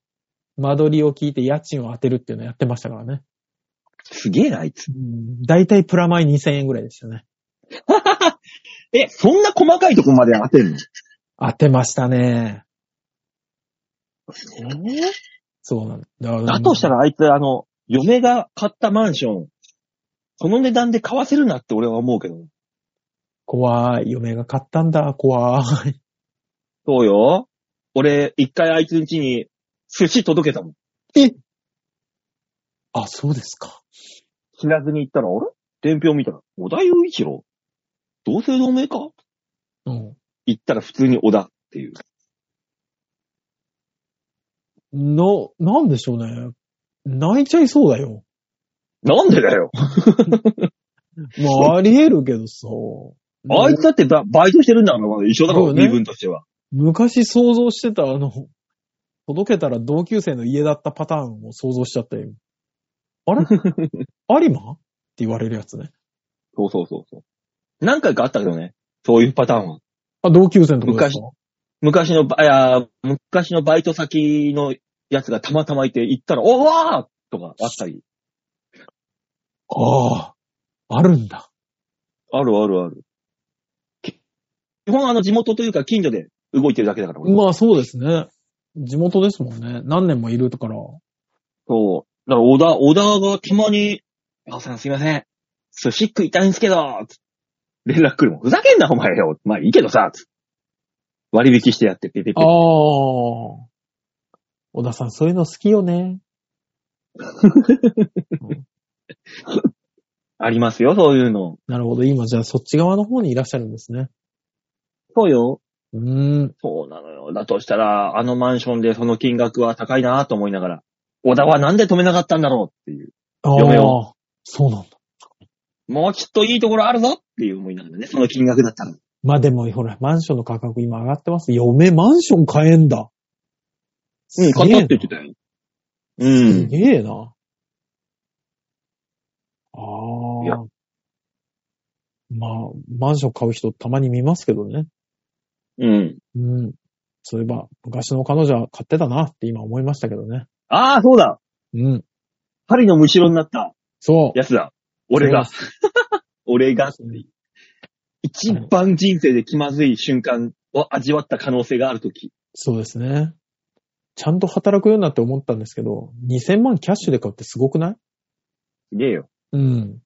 S3: 間取りを聞いて家賃を当てるっていうのをやってましたからね。
S2: すげえな、あいつ。
S3: だいたいプラマイ2000円ぐらいでしたね。
S2: え、そんな細かいとこまで当てんの
S3: 当てましたね。
S2: え
S3: そうなんだ。
S2: だとした
S3: ら。
S2: らあいつ、あの、嫁が買ったマンション、この値段で買わせるなって俺は思うけど。
S3: 怖い。嫁が買ったんだ。怖い。
S2: そうよ。俺、一回あいつん家に寿司届けたもん。
S3: あ、そうですか。
S2: 知らずに行ったら、あれ伝票見たら、小田雄一郎同姓同名か
S3: うん。
S2: 行ったら普通に小田っていう。
S3: の、なんでしょうね。泣いちゃいそう だよ。
S2: なんでだよ
S3: まあ、あり得るけどさ。
S2: あいつだってババイトしてるんだからまだ一緒だか
S3: そ
S2: ら、
S3: うね
S2: 身分としては。
S3: 昔想像してた、あの、届けたら同級生の家だったパターンを想像しちゃったよ。あれ有馬って言われるやつね。
S2: そうそうそうそう。何回かあったけどね。そういうパターンは。
S3: あ、同級生のとこですか
S2: 昔のバ、いやー、昔のバイト先のやつがたまたまいて行ったら、おわーとかあったり。
S3: ああ、あるんだ。
S2: あるあるある。き基本あの地元というか近所で動いてるだけだから、俺
S3: まあそうですね。地元ですもんね。何年もいるから。
S2: そう。だから、小田、小田がたまに、あさんすいません。寿司食いたいんすけど、つ連絡来るもん。ふざけんな、お前よ。まあいいけどさ、つ割引してやって、ピピピ
S3: ああ。。小田さん、そういうの好きよね。
S2: ありますよ、そういうの。
S3: なるほど。今、じゃあそっち側の方にいらっしゃるんですね。
S2: そうよ。
S3: うーん。
S2: そうなのよ。だとしたら、あのマンションでその金額は高いなと思いながら、小田はなんで止めなかったんだろうっていう。
S3: あ
S2: 嫁
S3: あ
S2: を。
S3: そうなんだ。
S2: もうちょっといいところあるぞっていう思いながらね、その金額だったら。
S3: まあでも、ほら、マンションの価格今上がってます。嫁、マンション買えんだ。
S2: うん、買ったって言って
S3: た。
S2: たよ。う
S3: す
S2: ん。
S3: げえな。あ
S2: いや
S3: あ。まあ、マンション買う人たまに見ますけどね。
S2: うん。
S3: うん。そういえば、昔の彼女は買ってたなって今思いましたけどね。
S2: ああ、そうだ
S3: うん。
S2: 針のむしろになった。
S3: そう。
S2: やつだ。俺が。俺がっていう。一番人生で気まずい瞬間を味わった可能性があるとき。
S3: そうですね。ちゃんと働くようになって思ったんですけど、2000万キャッシュで買うってすごくない
S2: すげえよ。
S3: うん。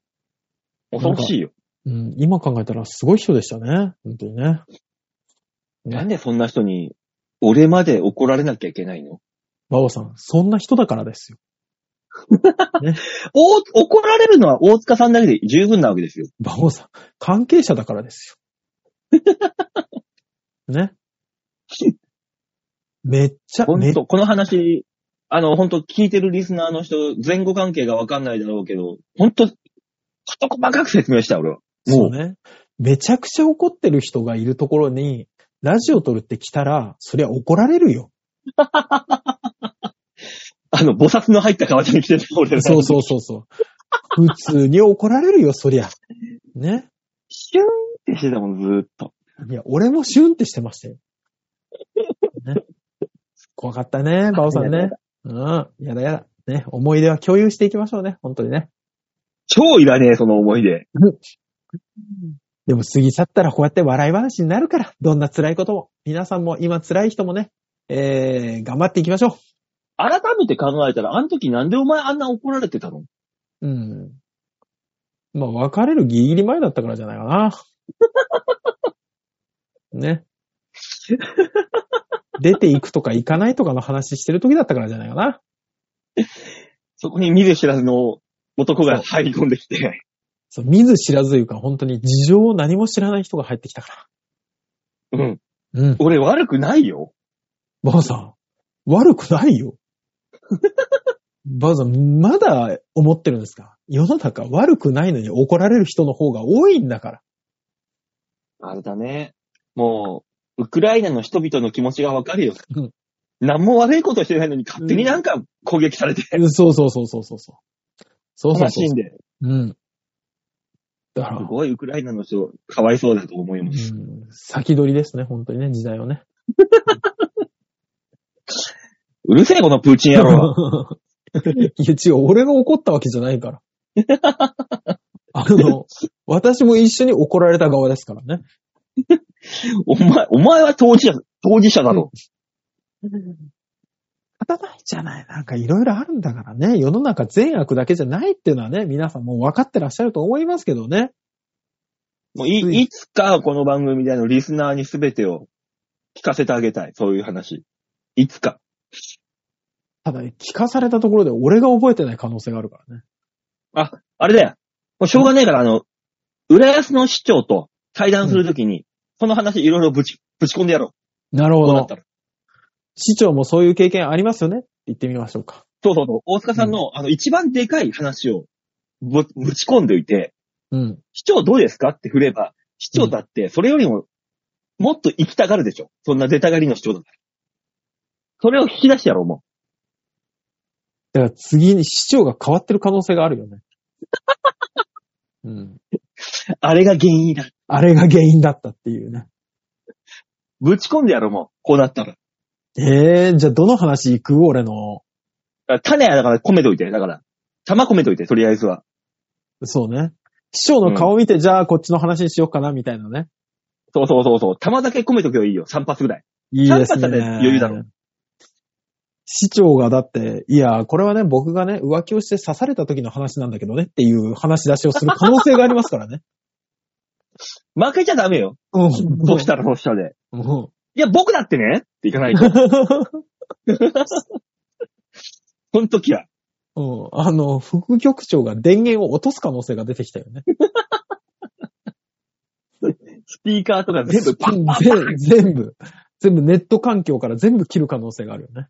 S2: 恐ろしいよ。
S3: うん。今考えたらすごい人でしたね。本当にね。
S2: な
S3: なんか
S2: んでそんな人に、俺まで怒られなきゃいけないの
S3: 馬場さん、そんな人だからですよ。
S2: お怒られるのは大塚さんだけで十分なわけですよ。
S3: 馬場さん、関係者だからですよ。 ね。めっちゃ、
S2: ほ
S3: め
S2: ん
S3: っちゃ、
S2: と、この話、あの、ほんと聞いてるリスナーの人、前後関係がわかんないだろうけど、ほんと、こと細かく説明した、俺は。
S3: そうね。めちゃくちゃ怒ってる人がいるところに、ラジオ撮るって来たら、そりゃ怒られるよ。
S2: あの、菩薩の入った革ジャン着てた、俺ら
S3: そうそうそうそう。普通に怒られるよ、そりゃ。ね。
S2: シューンってしてたもん、ずーっと。
S3: いや、俺もシュンってしてましたよ。ね、怖かったね、バオさんね。うん。やだやだ。ね。思い出は共有していきましょうね。本当にね。
S2: 超いらねえ、その思い出。
S3: でも過ぎ去ったらこうやって笑い話になるから。どんな辛いことも。皆さんも今辛い人もね、えー、頑張っていきましょ
S2: 改めて考えたら、あの時なんでお前あんな怒られてたの
S3: う。うん。まあ、別れるギリギリ前だったからじゃないかな。 ね。 出ていくとか行かないとかの話してる時だったからじゃないかな。
S2: そこに見ず知らずの男が入り込んできて。
S3: そう見ず知らずというか、本当に事情を何も知らない人が入ってきたか
S2: うん。
S3: ら。うん。
S2: 俺悪くないよ。
S3: バオさん、悪くな いよ。バオさん、まだ思ってるんですか世の中悪くないのに怒られる人の方が多いんだから。
S2: あれだね。もう、ウクライナの人々の気持ちがわかるよ。
S3: うん
S2: 何も悪いことしてないのに勝手になんか攻撃されて、
S3: そうそうそうそうそうそう。そうそう
S2: 悲
S3: そ
S2: し
S3: う
S2: いんで。
S3: うん。だから、
S2: すごいウクライナの人、かわいそうだと思いうます。
S3: ん、先取りですね、本当にね、時代をね。
S2: うるせえ、このプーチン野郎 は。
S3: いや、違う、俺が怒ったわけじゃな いから。あの、私も一緒に怒られた側ですからね。
S2: お前、お前は当事者、当事者だろ。
S3: 勝たないじゃない。なんかいろいろあるんだからね。世の中善悪だけじゃないっていうのはね、皆さんもう分かってらっしゃると思いますけどね。
S2: もうい、
S3: うん
S2: いつかこの番組であの、リスナーに全てを聞かせてあげたい。そういう話。いつか。
S3: ただ、聞かされたところで俺が覚えてない可能性があるからね。
S2: あれだよ。もうしょうがねえから、あの、浦安の市長と対談するときに、その話いろいろぶち、ぶち込んでやろう。
S3: なるほ
S2: そうなっ
S3: ど
S2: た。ら。
S3: 市長もそういう経験ありますよね。行ってみましょうか。
S2: そうそうそう。大塚さんの、あの、一番でかい話をぶ、ぶち込んでおいて、
S3: うん。
S2: 市長どうですかって振れば、市長だって、それよりも、もっと行きたがるでしょ。そんな出たがりの市長だから。それを引き出してやろう、も
S3: だから次に市長が変わってる可能性がある よね。うん。
S2: う。あれが原因だ。
S3: あれが原因だったっていうね。
S2: ぶち込んでやろう、もう。こうなったら。だか
S3: ええじゃあどの話行く俺の。
S2: ら種はだから、込めといて。だから、玉込めといて、とりあえずは。
S3: そうね。市長の顔見て、じゃあこっちの話にしようかな、みたいなね。
S2: そうそうそうそう。玉だけ込めとけばいいよ。3発ぐらい。
S3: いいです
S2: 参加者
S3: ね。
S2: で余裕だろ。
S3: 市長がだって、いや、これはね、僕がね、浮気をして刺された時の話なんだけどねっていう話し出しをする可能性がありますからね。
S2: 負けちゃダメよ。
S3: うん。
S2: そうしたらそうしたで。
S3: うん。
S2: いや、僕だってねっていか ないと。その時は。
S3: うん。あの、副局長が電源を落とす可能性が出てきたよね。
S2: スピーカーとか全部パッパッパッ
S3: 全全部。全部ネット環境から全部切る可能性があるよ ね。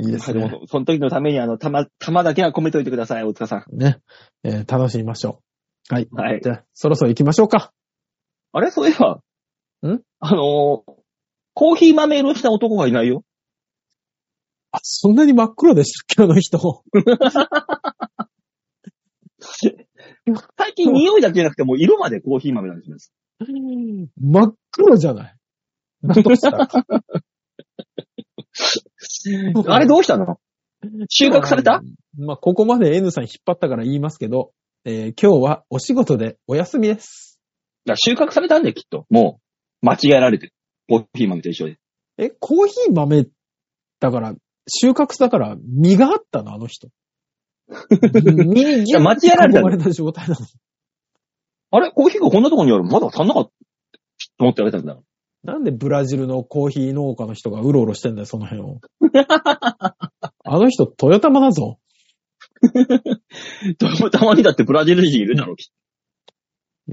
S3: いいです
S2: で
S3: ね。
S2: もその時のために、あの、玉、玉だけは込めといてください、大塚さん。
S3: ね。えー楽しみましょう。はい。
S2: はい
S3: じゃあ、そろそろ行きましょうか。
S2: あれそういえば。
S3: ん
S2: あのーコーヒー豆色した男がいないよ。
S3: あ、そんなに真っ黒でしたっけ、あの人。
S2: 最近匂いだけじゃなくて、もう色までコーヒー豆なんです。
S3: 真っ黒じゃない。だとしたら
S2: あれどうしたの収穫された
S3: まあ、ここまで N さん引っ張ったから言いますけど、えー今日はお仕事でお休みです。
S2: いや収穫されたんだよ、きっと。もう、間違えられてる。コーヒー豆と一緒で。
S3: え、コーヒー豆だから、収穫だから、実があったの、あの 人。実に
S2: や間違えられた
S3: 囲
S2: の
S3: まれた状態なの。
S2: あれコーヒーがこんなとこにあるまだ足んなかった。と思ってやれたんだ。
S3: なんでブラジルのコーヒー農家の人がうろうろしてんだよ、その辺 を。あの人、トヨタマだぞ。
S2: たまにだってブラジル人いるだろう、きっ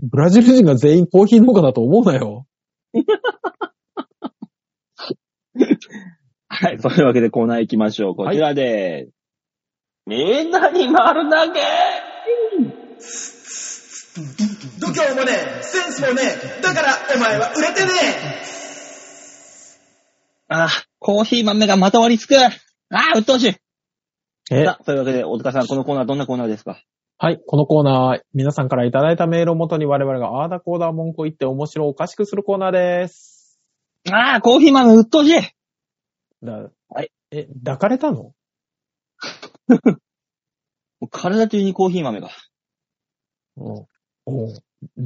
S2: と
S3: ブラジル人が全員コーヒー農家だと思うなよ。
S2: はい。そういうわけでコーナー行きましょう。こちらでーす、みんなに丸投げ
S1: 度胸もねえセンスもねえだからお前は売れてね
S2: ああ、コーヒー豆がまとわりつく。ああ、鬱陶しい。
S3: え
S2: さあ、というわけで、大塚さん、このコーナーどんなコーナーですか
S3: はい。このコーナーは、皆さんからいただいたメールをもとに我々がアーダコーダー文句を言って面白おかしくするコーナーです。
S2: ああ、コーヒー豆鬱陶しい。
S3: だ
S2: はい
S3: え、抱かれたの
S2: もう体中にコーヒー豆が。
S3: うん。おう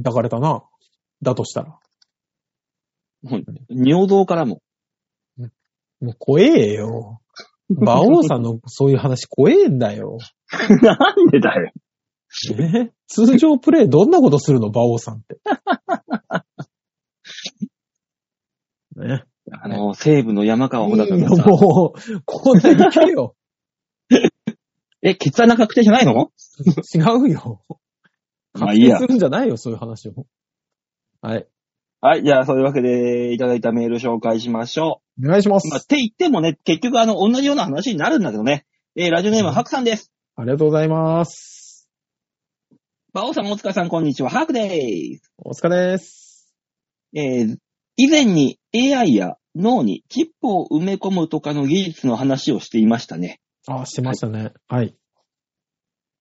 S3: 抱かれたな。だとしたら。
S2: もう尿道からも。
S3: もう怖えよ。馬王さんのそういう話怖えんだよ。
S2: なんでだよ。
S3: え通常プレイどんなことするの馬王さんって。ね。
S2: あの、西部の山川穂高
S3: いいよ
S2: がさ、
S3: もう、こんなに行けよ。
S2: え、血穴確定じゃないの
S3: 違うよ。
S2: まあいいや
S3: す。るんじゃないよ、そういう話を。はい。
S2: はい、じゃあ、そういうわけで、いただいたメール紹介しましょ
S3: お願いしま
S2: う。
S3: す。
S2: まあ、って言ってもね、結局、あの、同じような話になるんだけどね。えーラジオネーム、ハクさんです。
S3: ありがとうございます。
S2: バオさん、大塚さん、こんにちは。ハークでーす。
S3: お疲れです。
S2: えー以前に AI や脳にチップを埋め込むとかの技術の話をしていましたね。
S3: あ、してましたね。はい。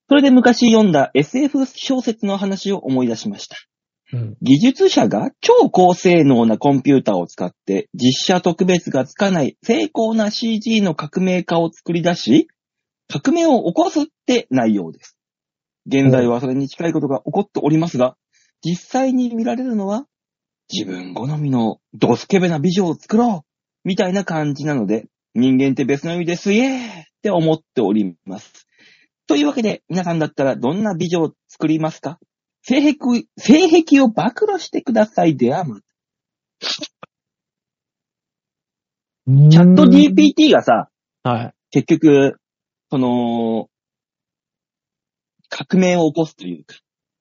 S2: それで昔読んだ SF 小説の話を思い出しました。
S3: うん。
S2: 技術者が超高性能なコンピューターを使って実写特別がつかない精巧な CG の革命家を作り出し、革命を起こすって内容です。現在はそれに近いことが起こっておりますが、実際に見られるのは自分好みのドスケベな美女を作ろうみたいな感じなので、人間って別の意味ですイエーって思っております。というわけで、皆さんだったらどんな美女を作りますか性癖、性癖を暴露してください、ではまた。チャット GPT がさ、
S3: はい。
S2: 結局、その、革命を起こすというか、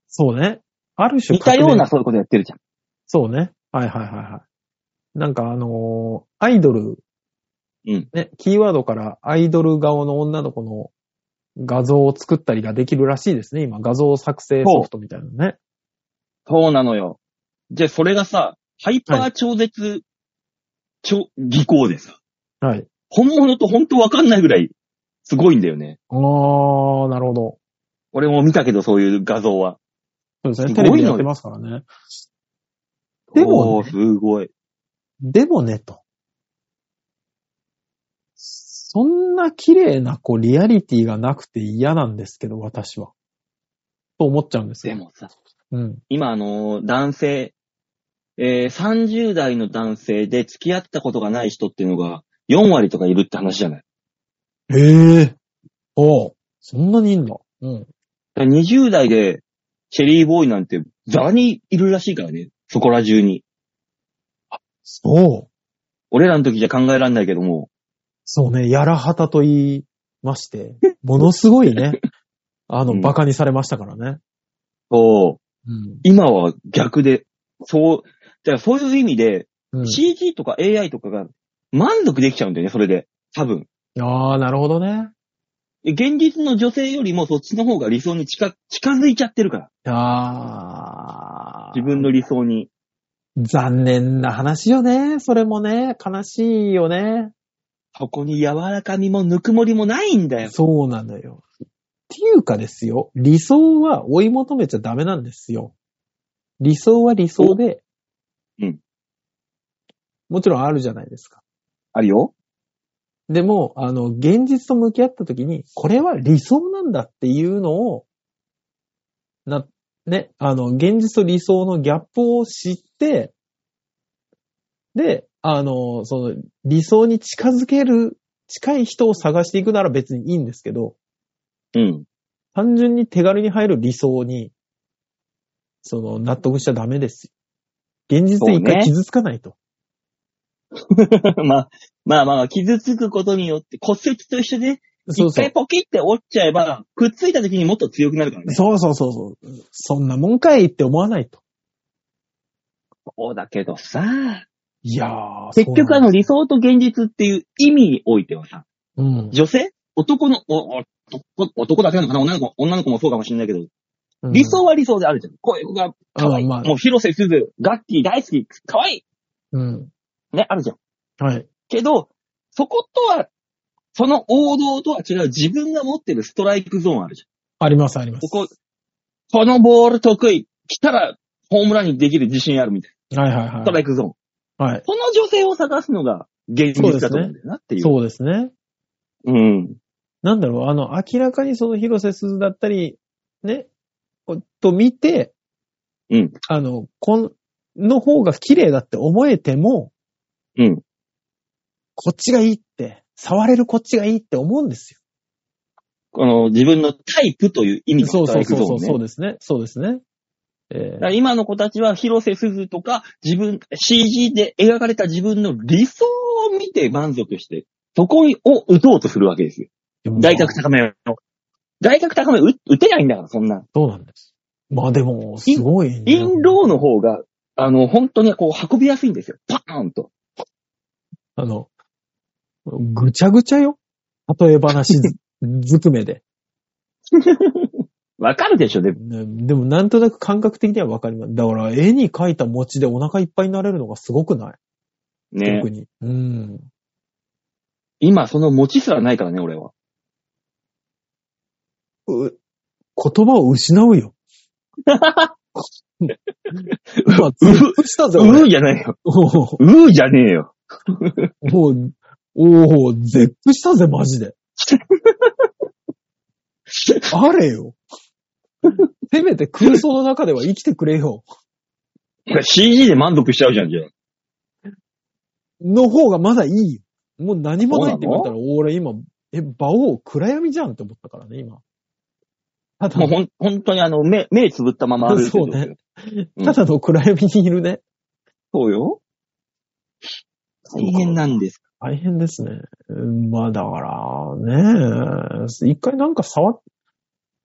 S3: そうね。ある種
S2: 似た
S3: 革命
S2: ようなそういうことやってるじゃん。
S3: そうね。はいはいはいはい。なんかあのーアイドル、
S2: うん
S3: ね、キーワードからアイドル顔の女の子の画像を作ったりができるらしいですね。今、画像作成ソフトみたいなのね。
S2: そうなのよ。じゃあ、それがさ、ハイパー超絶、超、技巧でさ、
S3: はい。
S2: 本物と本当わかんないぐらい、すごいんだよね。
S3: あー、なるほど。
S2: 俺も見たけど、そういう画像は。
S3: そうです
S2: す
S3: ね。
S2: ご
S3: テ
S2: いの
S3: レビでやってますからね。でもね
S2: おーすごい。
S3: でもね、と。そんな綺麗な、こう、リアリティがなくて嫌なんですけど、私は。と思っちゃうんです
S2: で
S3: よ。
S2: もさ、
S3: うん。
S2: 今、あのー、男性、えー、30代の男性で付き合ったことがない人っていうのが、4割とかいるって話じゃない。
S3: へえ。おうそんなにいんだ。うん。
S2: だから20代で、チェリーボーイなんて、ザラにいるらしいからね。そこら中に。
S3: そう。
S2: 俺らの時じゃ考えらんないけども、
S3: そうね、やらはたと言いま して、ものすごい ね、あ
S2: う
S3: の、
S2: ん
S3: 馬鹿にされましたからね。
S2: そう、
S3: うん。
S2: 今は逆で、そう、だからそういう意味で、
S3: うん、
S2: CG とか AI とかが満足できちゃうんだよね、それで。多分。
S3: ああ、なるほどね。
S2: 現実の女性よりもそっちの方が理想に近、近づいちゃってるから。
S3: ああ。
S2: 自分の理想に。
S3: 残念な話よね。それもね、悲しいよね。
S2: そこに柔らかみもぬくもりもないんだよ。
S3: そうなのよ。っていうかですよ、理想は追い求めちゃダメなんですよ。理想は理想で、
S2: おうん。
S3: もちろんあるじゃないですか。
S2: あるよ。
S3: でも、あの、現実と向き合った時に、これは理想なんだっていうのを、な、ね、あの、現実と理想のギャップを知って、で、あの、その、理想に近づける、近い人を探していくなら別にいいんですけど、
S2: うん。
S3: 単純に手軽に入る理想に、その、納得しちゃダメですよ。現実で一
S2: そうね
S3: 回傷つかないと。
S2: まあ、まあまあ、傷つくことによって骨折と一緒で、
S3: そう
S2: 一
S3: そう
S2: 回。ポキって折っちゃえば、くっついた時にもっと強くなるからね。
S3: そうそうそうそう。そんなもんかいって思わないと。
S2: そうだけどさ、
S3: いやー、
S2: 結局あの理想と現実っていう意味においてはさ、
S3: そうなんです、
S2: 女性男の、おお男男だけなのかな女の子も、女の子もそうかもしれないけど、
S3: うん、
S2: 理想は理想であるじゃん。声が可愛い。
S3: あまあ
S2: もう広瀬すず、ガッキー大好き、可愛い
S3: うん。
S2: ね、あるじゃん。
S3: はい。
S2: けど、そことは、その王道とは違う自分が持ってるストライクゾーンあるじゃん。
S3: あります、あります。
S2: ここ、このボール得意、来たらホームランにできる自信あるみたい
S3: はいはい
S2: な。ストラ
S3: は
S2: イクゾーン。
S3: い。はい。
S2: この女性を探すのが現実だと思うんだよなっていう。
S3: そうですね。
S2: うん。
S3: なんだろう、あの、明らかにその広瀬すずだったり、ね、こと見て、
S2: うん。
S3: あの、こんの方が綺麗だって思えても、
S2: うん。
S3: こっちがいいって、触れるこっちがいいって思うんですよ。
S2: この自分のタイプという意味の
S3: そ
S2: スト
S3: うそ
S2: ラ
S3: う
S2: イク
S3: そ
S2: ゾーン、
S3: う
S2: ね。
S3: そう、そうですね。そうですね。え
S2: だ
S3: ー
S2: から今の子たちは広瀬すずとか自分、CG で描かれた自分の理想を見て満足して、そこを打とうとするわけですよ。大学高めを。大学高め打打てないんだから、そんな。
S3: そうなんです。まあでも、すごい、ね。
S2: インローの方が、あの、本当にこう運びやすいんですよ。パーンと。
S3: あの、ぐちゃぐちゃよ。例え話 ずずくめで、
S2: わかるでしょ、でも。
S3: ねでもなんとなく感覚的にはわかります。だから絵に描いた餅でお腹いっぱいになれるのがすごくない
S2: ね
S3: 特。に。うん。
S2: 今、その持ちすらないからね、俺は。
S3: う言葉を失うよ。今、ズッとしたぜ、俺。
S2: うーじゃないよ。
S3: お
S2: うーじゃねえよ。
S3: ーもう、おー、絶句したぜ、マジで。あれよ。せめて空想の中では生きてくれよ。
S2: これ CG で満足しちゃうじゃん、じゃあ。
S3: の方がまだいいよ。もう何もないって言われたら、俺今、え、場を暗闇じゃんって思ったからね、今。ただ
S2: もうほん、本当にあの、目、目つぶったまま歩いてる。
S3: そうね。
S2: うん
S3: ただの暗闇にいるね。
S2: そうよ。大変なんです。
S3: 大変ですね。うんまあだから、ねえ、一回なんか触っ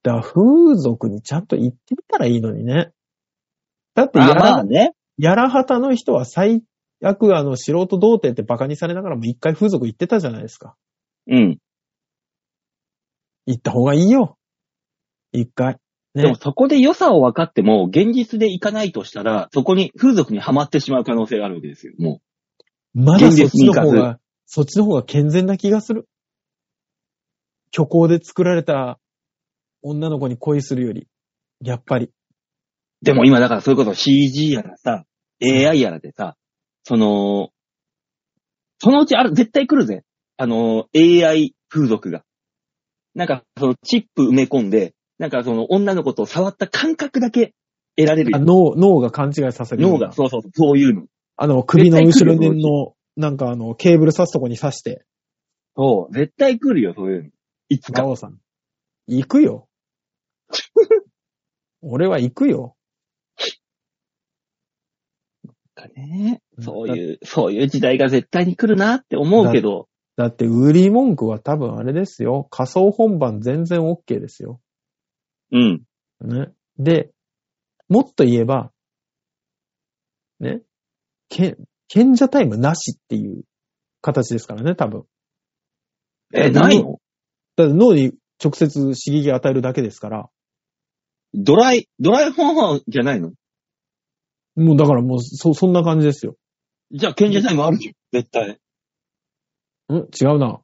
S3: た風俗にちゃんと行ってみたらいいのにね。だってや
S2: あ
S3: ら、
S2: まあね。
S3: やらはたの人は最悪あの素人童貞って馬鹿にされながらも一回風俗行ってたじゃないですか。
S2: うん。
S3: 行った方がいいよ。一回。ね
S2: でもそこで良さを分かっても、現実で行かないとしたら、そこに風俗にはまってしまう可能性があるわけですよ。も
S3: まだそっ
S2: 現実
S3: ち
S2: に
S3: の
S2: 行かず
S3: 方が、そっちの方が健全な気がする。虚構で作られた女の子に恋するより、やっぱり。
S2: う。でも今だからそれこそ CG やらさ、AI やらでさ、その、そのうちある、絶対来るぜ。あの、AI 風俗が。なんか、そのチップ埋め込んで、なんかその女の子と触った感覚だけ得られる
S3: あ
S2: よ。
S3: 脳、脳が勘違いさせる。
S2: 脳が、。そうそうそう、そういうの。
S3: あの、首の後ろ
S2: 絶対来る
S3: の、なんかあの、ケーブル刺すとこに刺して、
S2: そう、絶対来るよ、そういうの。いつ
S3: 馬
S2: か。
S3: 王さん。行くよ。 俺は行くよ。
S2: ね、そういう、そういう時代が絶対に来るなって思うけど、
S3: だって、売り文句は多分あれですよ。仮想本番全然 OK ですよ。
S2: うん。
S3: ね。で、もっと言えば、ね、け、賢者タイムなしっていう形ですからね、多分。
S2: え、ないの
S3: だって脳に直接刺激を与えるだけですから。
S2: ドライ、ドライフォンじゃないの
S3: もうだからもう、そ、そんな感じですよ。
S2: じゃあ、賢者タイムあるじゃん。絶対。
S3: ん違うな。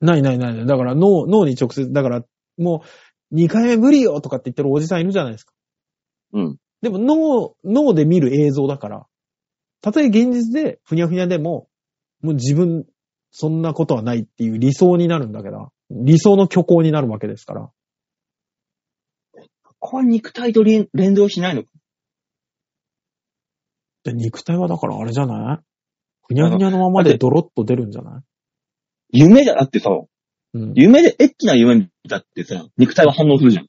S3: ないないないない。だから脳、脳に直接、だからもう、2回目無理よとかって言ってるおじさんいるじゃないですか。
S2: うん。
S3: でも脳、脳で見る映像だから、たとえ現実でふにゃふにゃでも、もう自分、そんなことはないっていう理想になるんだけど、理想の虚構になるわけですから。
S2: ここは肉体と連連動しないのか。
S3: で肉体はだからあれじゃないふにゃふにゃのままでドロッと出るんじゃない
S2: 夢だってさ、
S3: うん。
S2: 夢で、エッチな夢だってさ、肉体は反応するじゃん。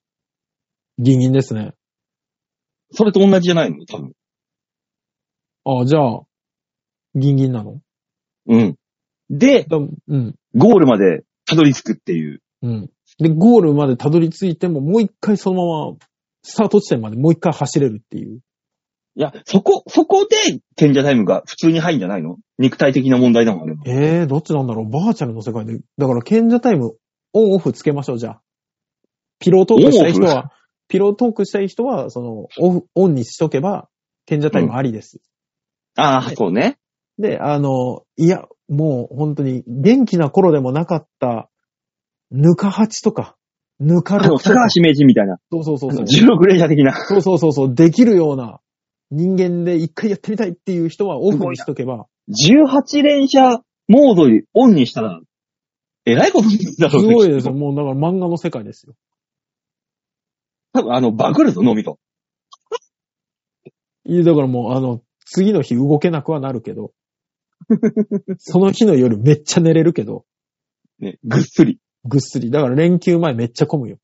S3: ギンギンですね。
S2: それと同じじゃないの多分。
S3: ああ、じゃあ、ギンギンなの
S2: うん。で、
S3: だうん。
S2: ゴールまでたどり着くっていう。
S3: うん。で、ゴールまでたどり着いても、もう一回そのまま、スタート地点までもう一回走れるっていう。
S2: いや、そこ、そこで賢者タイムが普通に入るんじゃないの肉体的な問題だもん、あれも
S3: ええー、どっちなんだろうバーチャルの世界で。だから、賢者タイム、オンオフつけましょう、じゃあ。ピロートークしたい人
S2: オンオ
S3: は、ピロートークしたい人は、その、オフ、オンにしとけば、賢者タイムありです。
S2: ああ、
S3: はい
S2: そうね。
S3: で、あの、いや、もう本当に、元気な頃でもなかった、ぬか八とか、ぬか
S2: あ
S3: 六
S2: の、
S3: とか
S2: 高、橋名人みたいな、
S3: そうそうそうそう。
S2: 16連射的な。
S3: そうそうそうそう、できるような人間で一回やってみたいっていう人はオフにしとけば、
S2: 18連射モードにオンにしたら、えらいことになるだ
S3: す
S2: ろうね
S3: ごいですよ。
S2: きっと
S3: もうだから漫画の世界ですよ。
S2: 多分あの、バグるぞ、脳みそ。
S3: いや、だからもうあの、次の日動けなくはなるけ ど、その日の夜めっちゃ寝れるけど、
S2: ね、ぐっすり。
S3: ぐっすり。だから連休前めっちゃ混むよ。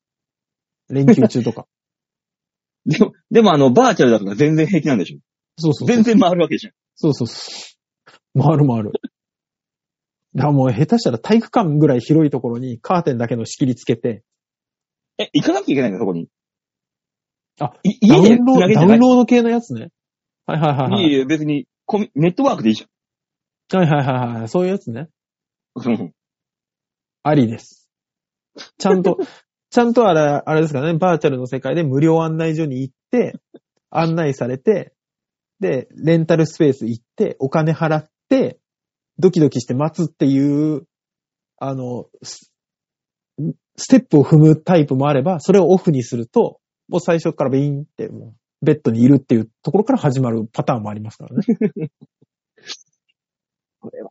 S3: 連休 中とか。
S2: でも、でもあの、バーチャルだとか全然平気なんでしょ
S3: そうそうそう。
S2: 全然回るわけじゃん。
S3: そうそうそう。回る回る。だからもう下手したら体育館ぐらい広いところにカーテンだけの仕切りつけて、
S2: え、行かなきゃいけないんだ、そこに。
S3: あ
S2: い、
S3: ダウ
S2: 家で
S3: ンロー
S2: 繋
S3: ド
S2: げ
S3: ダ
S2: て
S3: ウ
S2: な
S3: ン
S2: い
S3: ロード系のやつね。はいはいはい、はい
S2: い。やいや、別に、コミ、ネットワークでいいじ
S3: はいはいはいはい。そういうやつね。
S2: ゃん。うん
S3: ありです。ちゃ んと、ちゃんとあれ、あれですかね、バーチャルの世界で無料案内所に行って、案内されて、で、レンタルスペース行って、お金払って、ドキドキして待つっていう、あの、すステップを踏むタイプもあれば、それをオフにすると、もう最初からビーンって、もうベッドにいるっていうところから始まるパターンもありますからね。
S2: これは。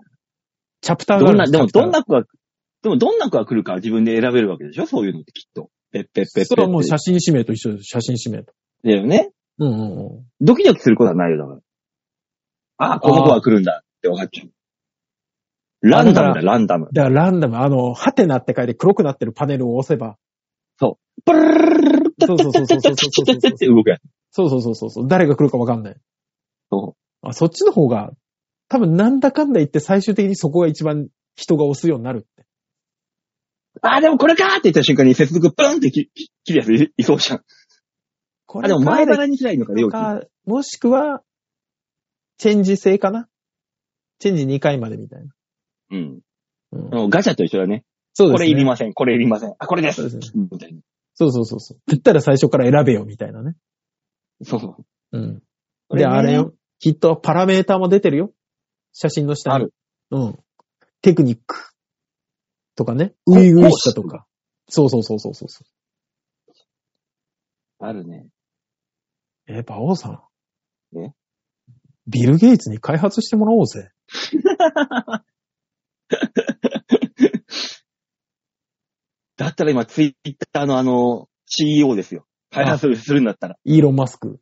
S3: チャプターが
S2: ど
S3: あ
S2: ん
S3: る
S2: な、
S3: す
S2: でも
S3: チャプター
S2: どんな子が、でもどんな子が来るか自分で選べるわけでしょそういうのってきっと。ペッペッペッペッペッ。
S3: それはもう写真指名と一緒です。写真指名と。
S2: だよね。
S3: うんうんうん。
S2: ドキドキすることはないよ、だから。ああ、この子が来るんだって分かっちゃう。ランダムだ、ランダム。
S3: だからランダム、あの、ハテナって書いて黒くなってるパネルを押せば、
S2: ブルルルルルル
S3: そうそうそうそうそうそうそう
S2: って動くやつ。
S3: そうそうそうそうそう、誰が来るかわかんない。
S2: そ
S3: あ、そっちの方が、多分なんだかんだ言って最終的にそこが一番人が押すようになるって。
S2: ああ、でもこれかーって言った瞬間に接続ブンってきき切るやついいそうじゃん。
S3: こ
S2: あ、でも前
S3: から
S2: 腹に嫌いのか、容器。
S3: か、もしくは、チェンジ制かなチェンジ2回までみたいな。
S2: うん。
S3: うん
S2: あのガチャと一緒だね。
S3: そうですね。
S2: これいりません、これいりません。あ、これで
S3: そう
S2: す
S3: で。す
S2: みたいな。
S3: そうそうそうそう。だったら最初から選べよみたいなね。
S2: そう。
S3: うん。
S2: こ
S3: で、
S2: ね
S3: あれよ。。きっとパラメーターも出てるよ。写真の下に。
S2: ある。
S3: うん。テクニック。とかね。ウイグルしたとか。そうそうそうそうそうそ
S2: あるね。
S3: う。え、馬王さん。
S2: え
S3: ビル・ゲイツに開発してもらおうぜ。
S2: だったら今、ツイッターのあの、CEO ですよ。開発するするんだったら。
S3: イーロン・マスク。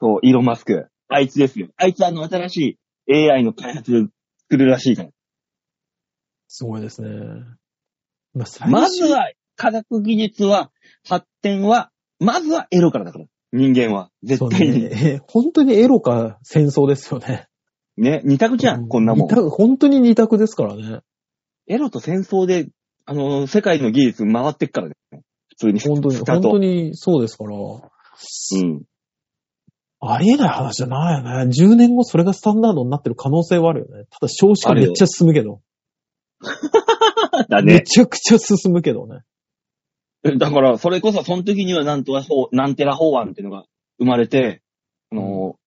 S2: そう、イーロンマスク。あいつですよ。あいつあの、新しい AI の開発作るらしいから。
S3: すごいですね。まあ、最
S2: ま
S3: 初
S2: ずは、科学技術は、発展は、まずはエロからだから。人間は。
S3: そ
S2: 絶
S3: う
S2: 対に。ね
S3: ね。本当にエロか戦争ですよね。
S2: 二択じゃ、
S3: うん
S2: こんなもん
S3: 二。択本当に二択ですからね。
S2: エロと戦争で、あの、世界の技術回ってっからね。普通に。
S3: 本当に、
S2: スター
S3: 本
S2: ト
S3: 当にそうですから。
S2: うん。
S3: ありえない話じゃないよね。10年後それがスタンダードになってる可能性はあるよね。ただ少子化めっちゃ進むけど。
S2: だ
S3: め
S2: ね。
S3: ちゃくちゃ進むけどね。
S2: だから、それこそ、その時には、なんとは法、なんてら法案っていうのが生まれて、あの、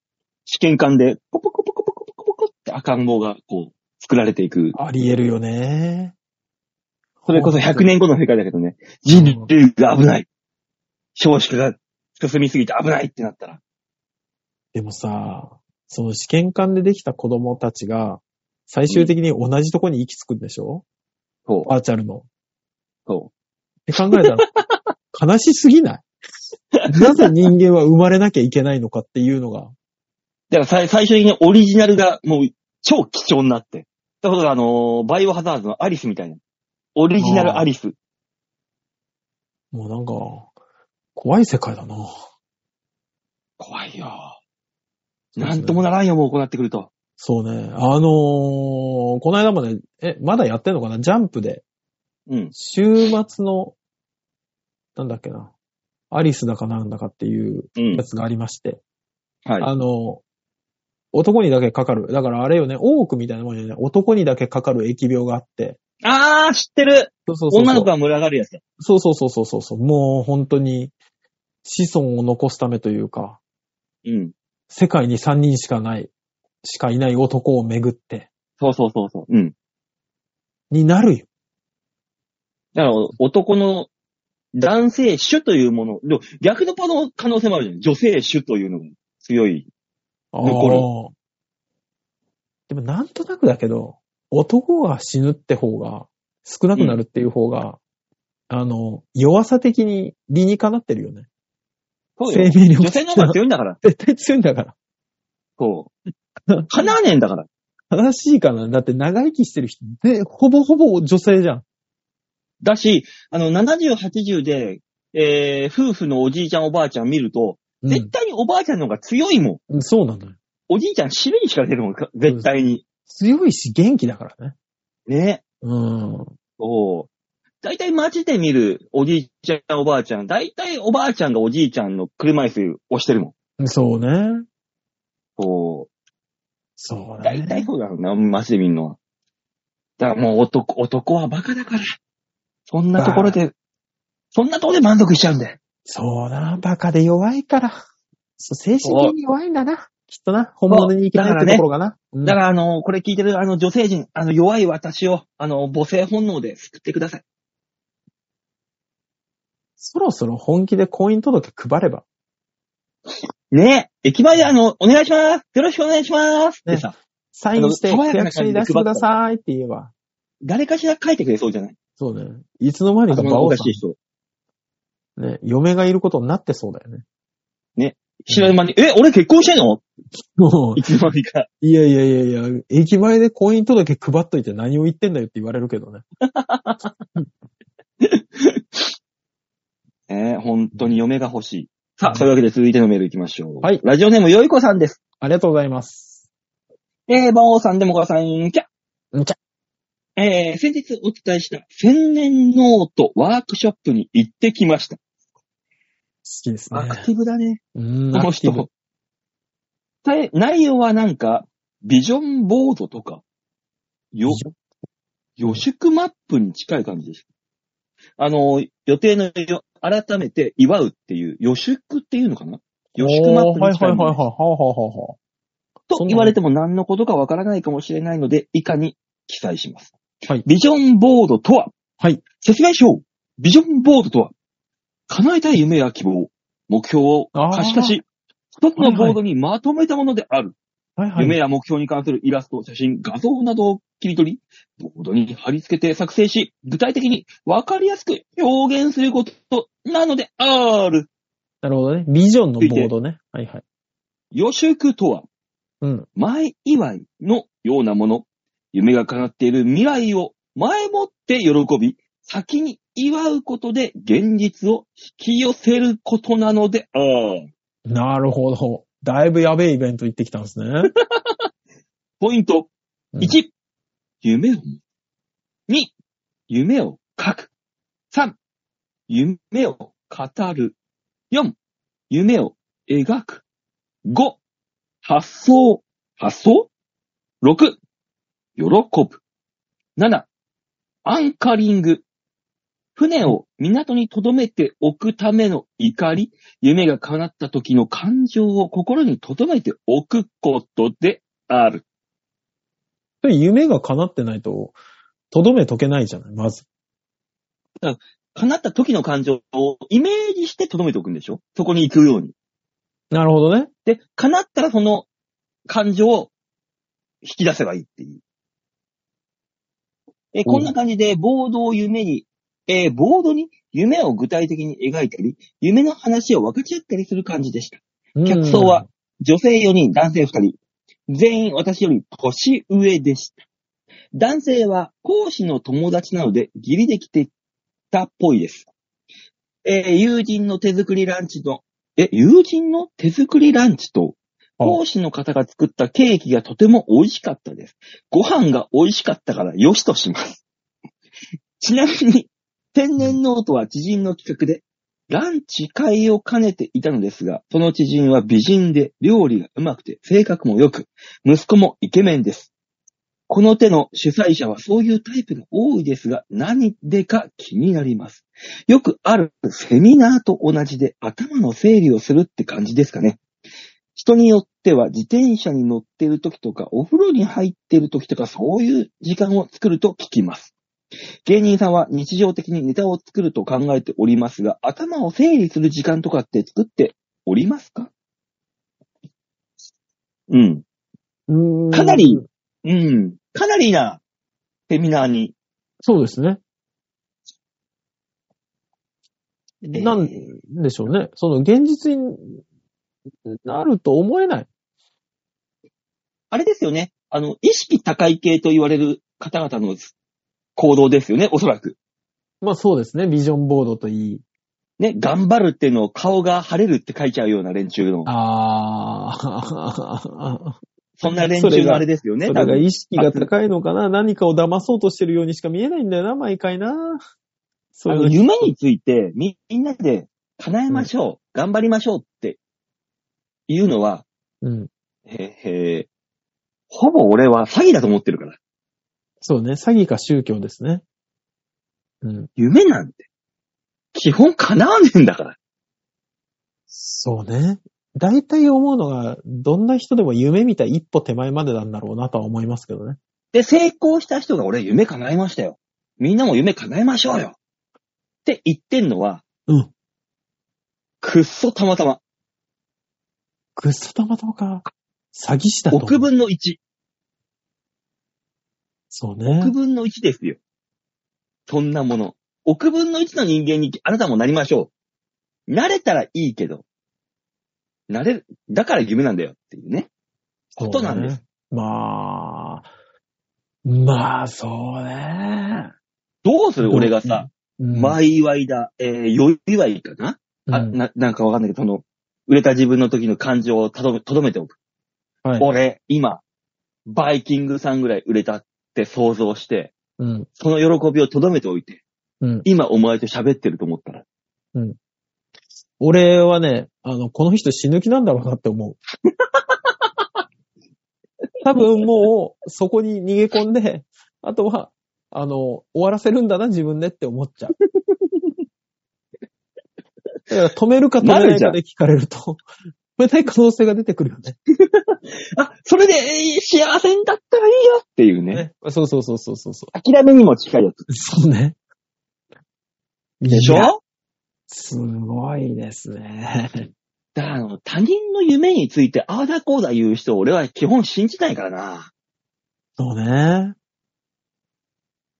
S2: 試験管で、ポコポコポコポコポコポコって赤ん坊が、こう、作られていく。
S3: ありえるよね。
S2: それこそ100年後の世界だけどね、人類が危ない。少子化が進みすぎて危ないってなったら。
S3: でもさ、その試験管でできた子供たちが、最終的に同じとこに行き着くんでしょ、
S2: そう。
S3: バーチャルの。
S2: そ
S3: って考え たら、悲しすぎないなぜ人間は生まれなきゃいけないのかっていうのが。
S2: う。だから最最終的にオリジナルがもう超貴重になって。だからあのーバイオハザードのアリスみたいな。オリジナルアリス。
S3: もうなんか、怖い世界だな。
S2: 怖いよ。なんともならんよ、もうこうなってくると。
S3: そうね。あのー、この間まで、え、まだやってんのかなジャンプで、
S2: うん。
S3: 週末の、なんだっけな、アリスだかなんだかっていう
S2: うん
S3: や。つがありまして、
S2: はい。
S3: あの、男にだけかかる。だからあれよね、多くみたいなもんよね、男にだけかかる疫病があって。
S2: あー、知ってる
S3: そうそうそうそう。
S2: 女の子が群がるやつだ。
S3: そうそうそうそうそうそう。もう本当に、子孫を残すためというか、
S2: うん。
S3: 世界に3人しかない、しかいない男をめぐって、
S2: そうそうそうそう。うん。
S3: になるよ。
S2: だから、男の男性種というもの。でも逆のパの可能性もあるじゃん。女性種というのが強い。残る
S3: ああでもなんとなくだけど、男が死ぬって方が、少なくなるっていう方が、あの、弱さ的に理にかなってるよね。
S2: そう
S3: 生
S2: よ。
S3: 命力
S2: 女性の方が強いんだから。
S3: 絶対強いんだから。
S2: そう。叶わねえんだから。
S3: 正しいかなだって長生きしてる人、で、ほぼほぼ女性じゃん。
S2: だし、あの、70、80で、えー、夫婦のおじいちゃんおばあちゃん見ると、絶対におばあちゃんの方が強いもん。
S3: うん、そうなんだよ。
S2: おじいちゃん死ぬにしか出るもん、か絶対に。
S3: 強いし元気だからね。
S2: ね。
S3: うん。
S2: そう。大体街で見るおじいちゃんおばあちゃん、大体おばあちゃんがおじいちゃんの車椅子押してるもん。
S3: そうね。
S2: そ
S3: そう
S2: う。
S3: だね。
S2: 大体そうだろうな、街で見るのは。だからもう男、男はバカだから。そんなところで、そんなところで満足しちゃうんだよ。
S3: そうな、バカで弱いから。そう精神的に弱いんだな。きっとな、本物に行けないってところがな。うん
S2: だから、あの、これ聞いてる、あの、女性陣、あの、弱い私を、あの、母性本能で救ってください。
S3: そろそろ本気で婚姻届配れば。
S2: ね駅前であの、お願いしますよろしくお願いしますってさ、
S3: サインして、
S2: あの爽や
S3: 区
S2: かな
S3: 役所に出してくださいって言えば。
S2: 誰かしら書いてくれそうじゃない
S3: そうだよね。いつの間に
S2: 頭
S3: か馬
S2: のお
S3: 王
S2: か
S3: さ
S2: しい人。
S3: ん、ね、嫁がいることになってそうだよね。
S2: 知らぬ間に、え、俺結婚してんの
S3: もう
S2: いつの間に か。
S3: いやいやいやいや、駅前で婚姻届配っといて何を言ってんだよって言われるけどね。
S2: えー本当に嫁が欲しい。さあ、そういうわけで続いてのメール行きましょう。
S3: はい
S2: ラジオネーム、よいこさんです。
S3: ありがとうございます。
S2: えー、馬王さん、でもこさん、キャ
S3: んきゃ
S2: えー、先日お伝えした、千年ノートワークショップに行ってきました。
S3: 好きですね
S2: ア。クティブだね。
S3: うん、
S2: こ
S3: ア
S2: の
S3: クティブ
S2: 人。え内容はなんか、ビジョンボードとか、よ
S3: ビジ、
S2: 予宿マップに近い感じでした。あの、予定のよ、改めて祝うっていう、予宿っていうのかな予宿マップ
S3: おー
S2: に
S3: はいはい
S2: 近
S3: はいい
S2: も
S3: はい。は
S2: の
S3: あはあはあはあ
S2: と言われても何のことかわからないかもしれないので、以下に記載します。
S3: はい
S2: ビジョンボードとは
S3: はい
S2: 説明しようビジョンボードとは叶えたい夢や希望、目標を可視化し、一つのボードにまとめたものである。
S3: はいはい。
S2: 夢や目標に関するイラスト、写真、画像などを切り取り、ボードに貼り付けて作成し、具体的にわかりやすく表現することなのである。
S3: なるほどね。ビジョンのボードね。はいはい。
S2: 予祝とは
S3: うん。
S2: 前祝いのようなもの。夢が叶っている未来を前もって喜び、先に祝うことで現実を引き寄せることなのである。
S3: なるほど。だいぶやべえイベント行ってきたんで すね。
S2: ポイント
S3: うん
S2: 1、夢を持つ。2、夢を書く。3、夢を語る。4、夢を描く。5、発想。発想 ?6、喜ぶ。7、アンカリング。船を港に留めておくための怒り、夢が叶った時の感情を心に留めておくことである。
S3: それ夢が叶ってないと、とどめとけないじゃない、まず。
S2: 叶った時の感情をイメージして留めておくんでしょそこに行くように。
S3: なるほどね。
S2: で、叶ったらその感情を引き出せばいいっていう。え、こんな感じで、ボードを夢に、えーボードに夢を具体的に描いたり、夢の話を分かち合ったりする感じでした。
S3: うん
S2: 客層は。女性4人、男性2人。全員私より年上でした。男性は講師の友達なので義理できてたっぽいです。えー友人の手作りランチの、え、友人の手作りランチと、
S3: あ
S2: 講師の方が作ったケーキがとても美味しかったです。ご飯が美味しかったから良しとします。ちなみに、天然ノートは知人の企画で、ランチ会を兼ねていたのですが、その知人は美人で、料理がうまくて、性格も良く、息子もイケメンです。この手の主催者はそういうタイプが多いですが、何でか気になります。よくあるセミナーと同じで頭の整理をするって感じですかね。人によっては自転車に乗ってる時とか、お風呂に入ってる時とか、そういう時間を作ると聞きます。芸人さんは日常的にネタを作ると考えておりますが、頭を整理する時間とかって作っておりますかうん。
S3: うん
S2: かなり。うん。かなりな、セミナーに。
S3: そうですね。
S2: えー
S3: なんでしょうね。その現実になると思えない。
S2: あれですよね。あの、意識高い系と言われる方々の行動ですよね、おそらく。
S3: まあそうですね。ビジョンボードといい。
S2: ね、頑張るっていうのを顔が腫れるって書いちゃうような連中の、
S3: ああ。
S2: そんな連中のあれです よね、
S3: そ
S2: 多
S3: れが
S2: 分。
S3: 意識が高いのかな何かを騙そうとしてるようにしか見えないんだよな、毎回な。そ
S2: あ
S3: う
S2: の
S3: いう。
S2: 夢についてみみんなで叶えましょう、頑張りましょうっていうのは、
S3: うん。
S2: へへほぼ俺は詐欺だと思ってるから。
S3: そうね。詐欺か宗教ですね。うん。
S2: 夢なんて、基本叶わねえんだから。
S3: そうね。大体思うのが、どんな人でも夢みたい一歩手前までなんだろうなとは思いますけどね。
S2: で、成功した人が俺夢叶えましたよ。みんなも夢叶えましょうよ。って言ってんのは、
S3: うん。
S2: くっそたまたま。
S3: くっそたまたまか。詐欺師だと。
S2: 億分の1。
S3: そうね
S2: 億。分の1ですよ。そんなもの。億分の1の人間にあなたもなりましょう。慣れたらいいけど。慣れる、だから夢なんだよっていうね。ことなんです。
S3: そうねまあ、まあ、そうね。
S2: どうする俺がさ、
S3: うん、
S2: 前祝いだ、えー、良い祝いかな、あ
S3: うん
S2: な、なんかわかんないけど、その、売れた自分の時の感情をとどめ、とどめておく。
S3: はい
S2: 俺、今、バイキングさんぐらい売れたって想像して、
S3: うん。
S2: その喜びをとどめておいて、
S3: うん。
S2: 今お前と喋ってると思ったら、
S3: 俺はね、あの、この人死ぬ気なんだろうなっ て思う。多分もう、そこに逃げ込んで、あとは、あの、終わらせるんだな、自分でって思っち ゃう。だから止めるか止め
S2: な
S3: な
S2: る
S3: い
S2: じゃ
S3: か
S2: ん
S3: で聞かれると、止めない可能性が出てくるよね。
S2: あ、それで、えー幸せにだったらいいよっていうね。
S3: ねそうそうそうそうそうそ
S2: 諦めにも近いやつ。
S3: う。そうね。
S2: でし
S3: いや
S2: ょ
S3: すごいですね。
S2: だからあの、他人の夢について、ああだこうだ言う人、俺は基本信じないからな。
S3: そうね。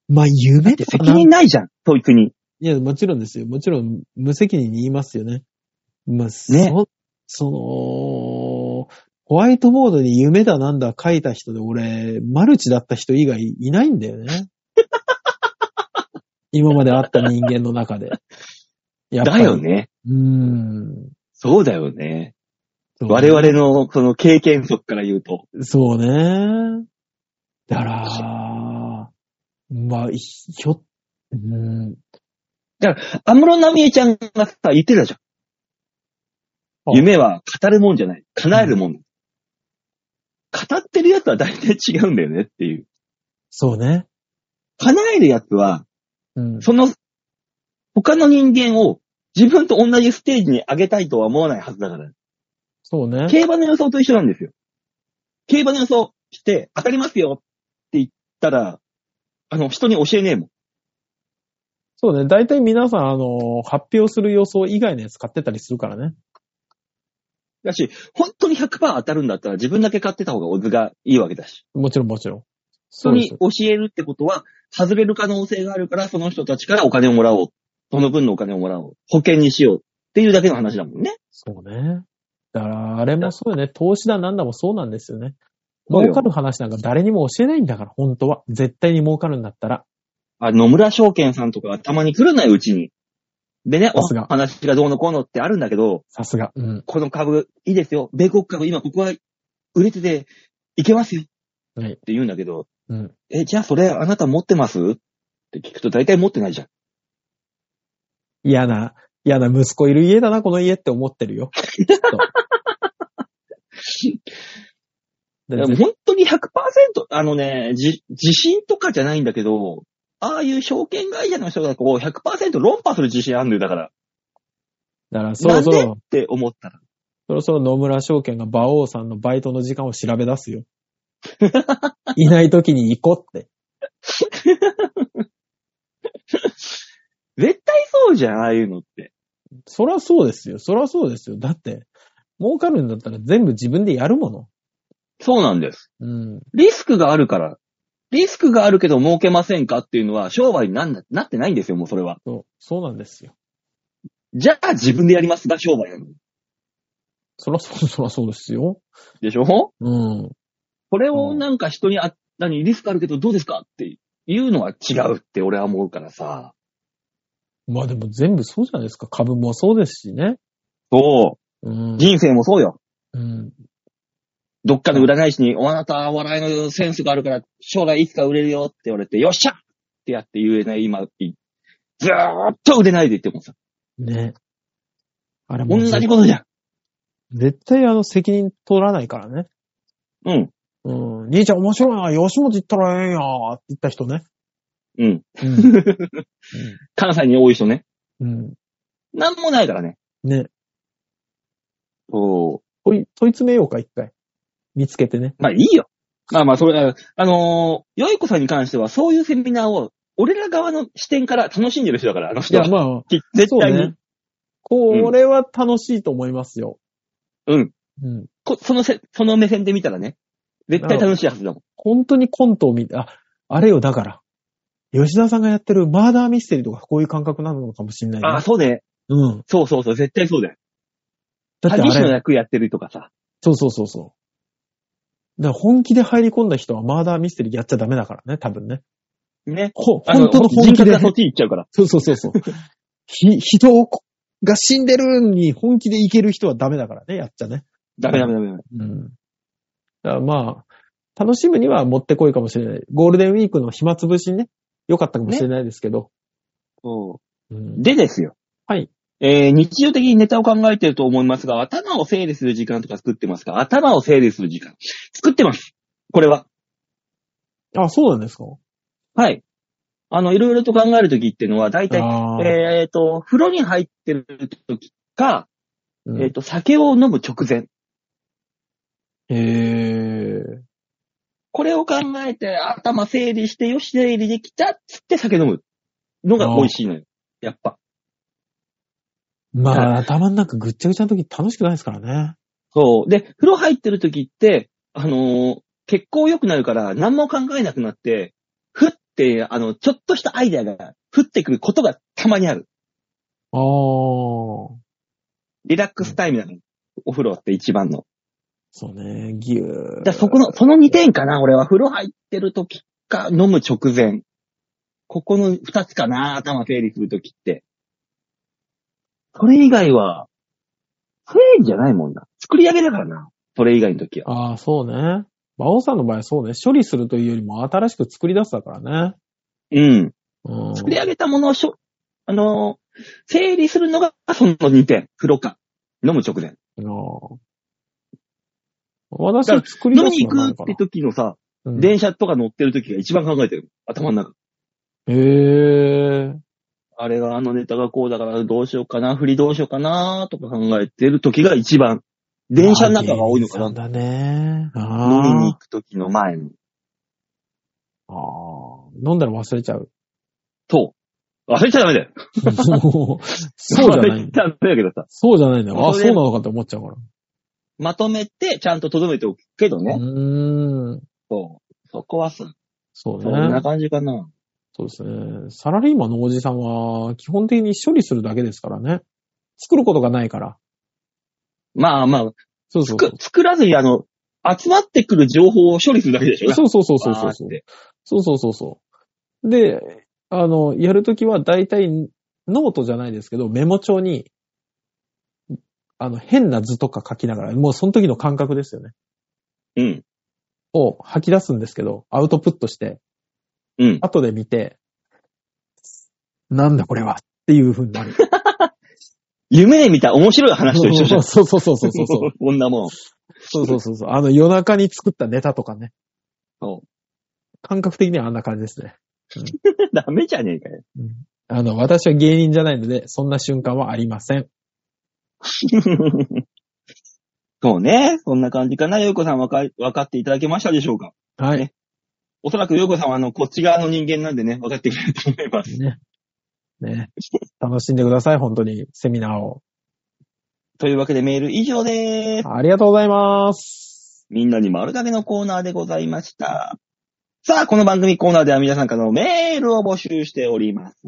S3: まあ、夢って
S2: 責任ないじゃん、そいつに。
S3: いや、もちろんですよ。もちろん、無責任に言いますよね。まあ、そ、その、ホワイトボードに夢だなんだ書いた人で、俺、マルチだった人以外いないんだよ ね。今まで会った人間の中で。やっぱ
S2: だ
S3: り
S2: よ。ね。
S3: うーん。
S2: そうだよね。我々の、その経験則から言うと。
S3: そうね。だから、まあ、ひょっ、うん。
S2: アムロナミエちゃんがさ、言ってたじゃ
S3: あ
S2: ん。夢は語るもんじゃない。叶えるもん。語ってるやつは大体違うんだよねっていう。
S3: そうね。
S2: 叶えるやつは、
S3: うん。
S2: その、他の人間を自分と同じステージに上げたいとは思わないはずだから。
S3: そうね。
S2: 競馬の予想と一緒なんですよ。競馬の予想して当たりますよって言ったら、あの、人に教えねえもん。
S3: そうね。大体皆さん、あの、発表する予想以外のやつ買ってたりするからね。
S2: だし、本当に100%当たるんだったら自分だけ買ってた方がオズがいいわけだし。
S3: もちろん、もちろん。
S2: 人
S3: そうで
S2: に
S3: す
S2: 教えるってことは、外れる可能性があるから、その人たちからお金をもらおう。その分のお金をもらおう。保険にしよう。っていうだけの話だもんね。
S3: そうね。だから、あれもそうよね。投資だなんだもそうなんですよね。
S2: そうよ
S3: 儲かる話なんか誰にも教えないんだから、本当は。絶対に儲かるんだったら。
S2: あ野村証券さんとかがたまに来るないうちに。でね、お
S3: さすが
S2: 話がどうのこうのってあるんだけど、
S3: さすが。うん。
S2: この株、いいですよ。米国株、今ここは売れてて、いけますよ。
S3: はい
S2: って言うんだけど、
S3: うん。
S2: え、じゃあそれあなた持ってますって聞くと大体持ってないじゃん。
S3: 嫌な、嫌な息子いる家だな、この家って思って るよ。きっと
S2: いや
S3: で
S2: もう
S3: ぜ
S2: 本当に100%、あのね、じ、自信とかじゃないんだけど、ああいう証券会社の人がこう100%論破する自信あるんだよ、だから。
S3: だから、そろそ
S2: なんで
S3: ろ
S2: っ、て思ったら。
S3: そろそろ野村証券が馬王さんのバイトの時間を調べ出す よ。いない時に行こうって。
S2: 絶対そうじゃん、ああいうのって。
S3: そらそうですよ。そらそうですよ。だって、儲かるんだったら全部自分でやるもの。
S2: そうなんです。
S3: うん。
S2: リスクがあるから。リスクがあるけど儲けませんかっていうのは商売になんななってないんですよ、もうそれは。
S3: そう、そうなんですよ。
S2: じゃあ自分でやりますが商売なの。
S3: そらそう、そらそうですよ。
S2: でしょ
S3: うん。
S2: これをなんか人にあ、何、リスクあるけどどうですかっていうのは違うって俺は思うからさ。
S3: まあでも全部そうじゃないですか。株もそうですしね。
S2: そうう。
S3: ん。
S2: 人生もそうよ。
S3: うん。
S2: どっかの占い師に、おあなたは笑いのセンスがあるから、将来いつか売れるよって言われて、よっしゃってやって言えない今、ずーっと売れないで言ってもさ、
S3: ね。あれも
S2: 同
S3: う
S2: じことじゃん。
S3: 絶対あの責任取らないからね。
S2: うん。
S3: うん。兄ちゃん面白いな。吉本行ったらええんやーって言った人ね。
S2: うん。
S3: うん。
S2: 関西に多い人ね。
S3: うん。
S2: なんもないからね。
S3: ね。
S2: そ
S3: 問い、問い詰めようか、一回。見つけてね。
S2: う。まあいいよ。まあまあ、それ、あのー、よいこさんに関しては、そういうセミナーを、俺ら側の視点から楽しんでる人だから、あの
S3: い
S2: 人は
S3: や、。まあ、
S2: き絶対に。
S3: そうねこれは楽しいと思いますよ。
S2: うん。
S3: うん。
S2: こそのせ、その目線で見たらね、絶対楽しいはずだもん。
S3: 本当にコントを見て、あ、あれよ、だから。吉田さんがやってるマーダーミステリーとかこういう感覚なのかもしれないね、
S2: ああ、そうね。
S3: うん。
S2: そうそうそう、絶対そうだよ。
S3: だって
S2: 詐欺師
S3: あ
S2: の
S3: れ、
S2: 役やってるとかさ。
S3: そうそうそうそう。だから本気で入り込んだ人はマーダーミステリーやっちゃダメだからね、多分ね。
S2: ね。
S3: ほ、
S2: あの
S3: 本当の本気
S2: 人格
S3: で
S2: が。そっちに行っちゃうから。
S3: そうそうそうそう。 ひ、人をこが死んでるのに本気でいける人はダメだからね、やっちゃね。
S2: ダメダメダメダメ。
S3: うん。だからまあ、楽しむにはもってこいかもしれない。ゴールデンウィークの暇つぶしにね、良かったかもしれないですけど。
S2: そ
S3: うん
S2: う。でですよ。
S3: はい。
S2: えー、日常的にネタを考えてると思いますが、頭を整理する時間とか作ってますか頭を整理する時間。作ってます。これは。
S3: あ、そうなんですか
S2: はい。あの、いろいろと考えるときっていうのは、大体、
S3: あー
S2: えっ、と、風呂に入ってるときか、
S3: うん
S2: えっ、と、酒を飲む直前。
S3: へー
S2: これを考えて、頭整理して、よし、整理できたっつって酒飲むのが美味しいのよ。やっぱ。
S3: ま
S2: だか
S3: あ、頭の中ぐっちゃぐちゃの時楽しくないですからね。
S2: そう。で、風呂入ってるときって、あのー血行良くなるから、何も考えなくなって、ふって、あの、ちょっとしたアイデアが、降ってくることがたまにある。
S3: あー。
S2: リラックスタイムなの。お風呂って一番の。
S3: そうね、ぎゅー。
S2: だからそこの、その2点かな、俺は。風呂入ってる時か、飲む直前。ここの2つかな、頭整理する時って。それ以外は、整理じゃないもんな。作り上げだからな。それ以外の時は。
S3: あー、そうね。馬王さんの場合はそうね、処理するというよりも新しく作り出すだからね。
S2: うん。
S3: うん。
S2: 作り上げたものをしょ、あのー整理するのが、その2点。風呂か。飲む直前。
S3: あー私は作り
S2: 飲み
S3: 出す
S2: に
S3: の
S2: 行くっ
S3: はないか
S2: て
S3: な。
S2: 時のさ、
S3: うん
S2: 電車とか乗ってる時が一番考えてる。頭の中。
S3: へー。
S2: あれがあのネタがこうだからどうしようかな、振りどうしようかなとか考えてる時が一番。電車の中が多いのか
S3: あー
S2: な。
S3: 芸人さんだね。
S2: 飲みに
S3: あ
S2: 行く時の前に。
S3: ーあー。飲んだら忘れち ゃう。
S2: そう。忘れちゃダメだよ。
S3: もうそうじゃな
S2: 忘れ
S3: い。
S2: ちゃダメだけどさ。
S3: そうじゃないんだよ。あ、
S2: そ
S3: そう
S2: れ
S3: なのかって思っちゃうから。
S2: まとめて、ちゃんと留めておくけどね。
S3: うーん。
S2: そう。そこはそ、
S3: そう
S2: そんな
S3: ね。
S2: 感じかな。
S3: そうですね。サラリーマンのおじさんは、基本的に処理するだけですからね。作ることがないから。
S2: まあまあ、
S3: そうそうそう
S2: 作、。作らずにあの、集まってくる情報を処理するだけでしょ。
S3: そうそうそうそう
S2: わ
S3: そう
S2: ー
S3: そ
S2: っ
S3: う。
S2: て
S3: そうそうそうそう。で、あの、やるときは大体ノートじゃないですけど、メモ帳に、あの、変な図とか書きながら、もうその時の感覚ですよね。
S2: うん。
S3: を吐き出すんですけど、アウトプットして、
S2: うん。
S3: 後で見て、なんだこれはっていう風になる。
S2: 夢で見た面白い話と一緒じゃん。
S3: そうそうそうそうそうそう。
S2: こんなもん。
S3: そうそうそうそう。あの、夜中に作ったネタとかね。
S2: そ
S3: 感覚的にはあんな感じですね。
S2: う。ダメじゃねえかよ。
S3: あの、私は芸人じゃないので、そんな瞬間はありません。
S2: そうね。そんな感じかな。ようこさんわか、わかっていただけましたでしょうか
S3: はい。
S2: ねおそらくようこさんはあの、こっち側の人間なんでね、わかってくれると思います。
S3: ね。ね。楽しんでください、本当に、セミナーを。
S2: というわけでメール以上でーす。
S3: ありがとうございます。
S2: みんなに丸投げのコーナーでございました。さあ、この番組コーナーでは皆さんからのメールを募集しております。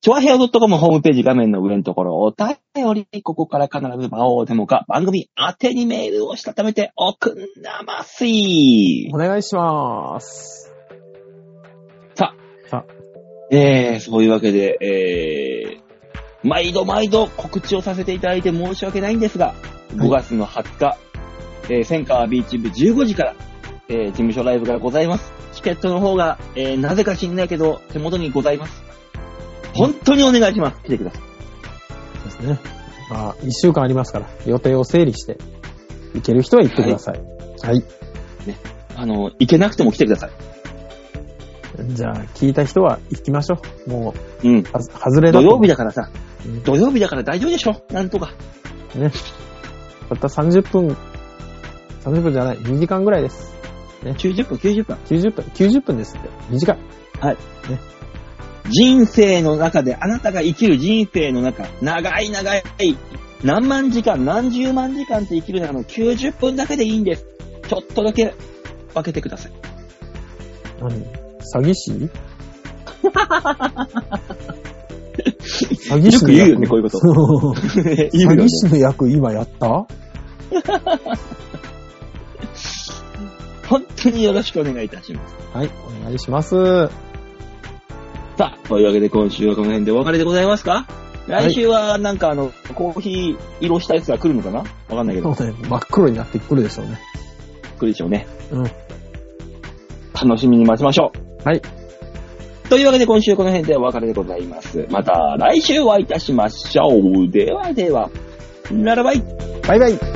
S2: チョアヘア .com ホームページ画面の上のところ、お便り、ここから必ず魔王でもか、番組宛てにメールをしたためておくんなますい
S3: お。願いします。
S2: えー、そういうわけで、えー、毎度毎度告知をさせていただいて申し訳ないんですが、5月の20日、えー、センカービーチ部15時から、えー、事務所ライブがございます。チケットの方が、えー、なぜか知んないけど、手元にございます。本当にお願いします。来てください。
S3: そうですね。まあ、一週間ありますから、予定を整理して、行ける人は行ってください。はい。
S2: あの、行けなくても来てください。
S3: じゃあ、聞いた人は行きましょう。も
S2: うん
S3: う、。はず、外れだ
S2: 土
S3: と
S2: 曜日だからさ、
S3: うん
S2: 土曜日だから大丈夫でしょなんとか。
S3: ね。たった30分、30分じゃない、2時間ぐらいです。
S2: 90分、90分。
S3: 90分、90分ですって。短い。
S2: はい。
S3: ね。
S2: 人生の中で、あなたが生きる人生の中、長い長い、何万時間、何十万時間って生きる中の90分だけでいいんです。ちょっとだけ分けてください。
S3: 何詐欺師 詐欺師の
S2: よく
S3: 役
S2: 言うよ ねこういうこ と詐
S3: 詐欺師の役今やった
S2: 本当によろしくお願いいたします。
S3: はい、お願いします。は
S2: さあ、というわけで今週はこの辺でお別れでございますか
S3: はい
S2: 来週はなんかあの、コーヒー色したやつが来るのかなわかんない
S3: い、
S2: けど、
S3: 真っ黒になってくるでしょうね。
S2: 来るでしょうね。
S3: うん。
S2: 楽しみに待ちましょう。
S3: はい。
S2: というわけで今週この辺でお別れでございます。また来週お会いいたしましょう。ではでは、ならばい。
S3: バイバイ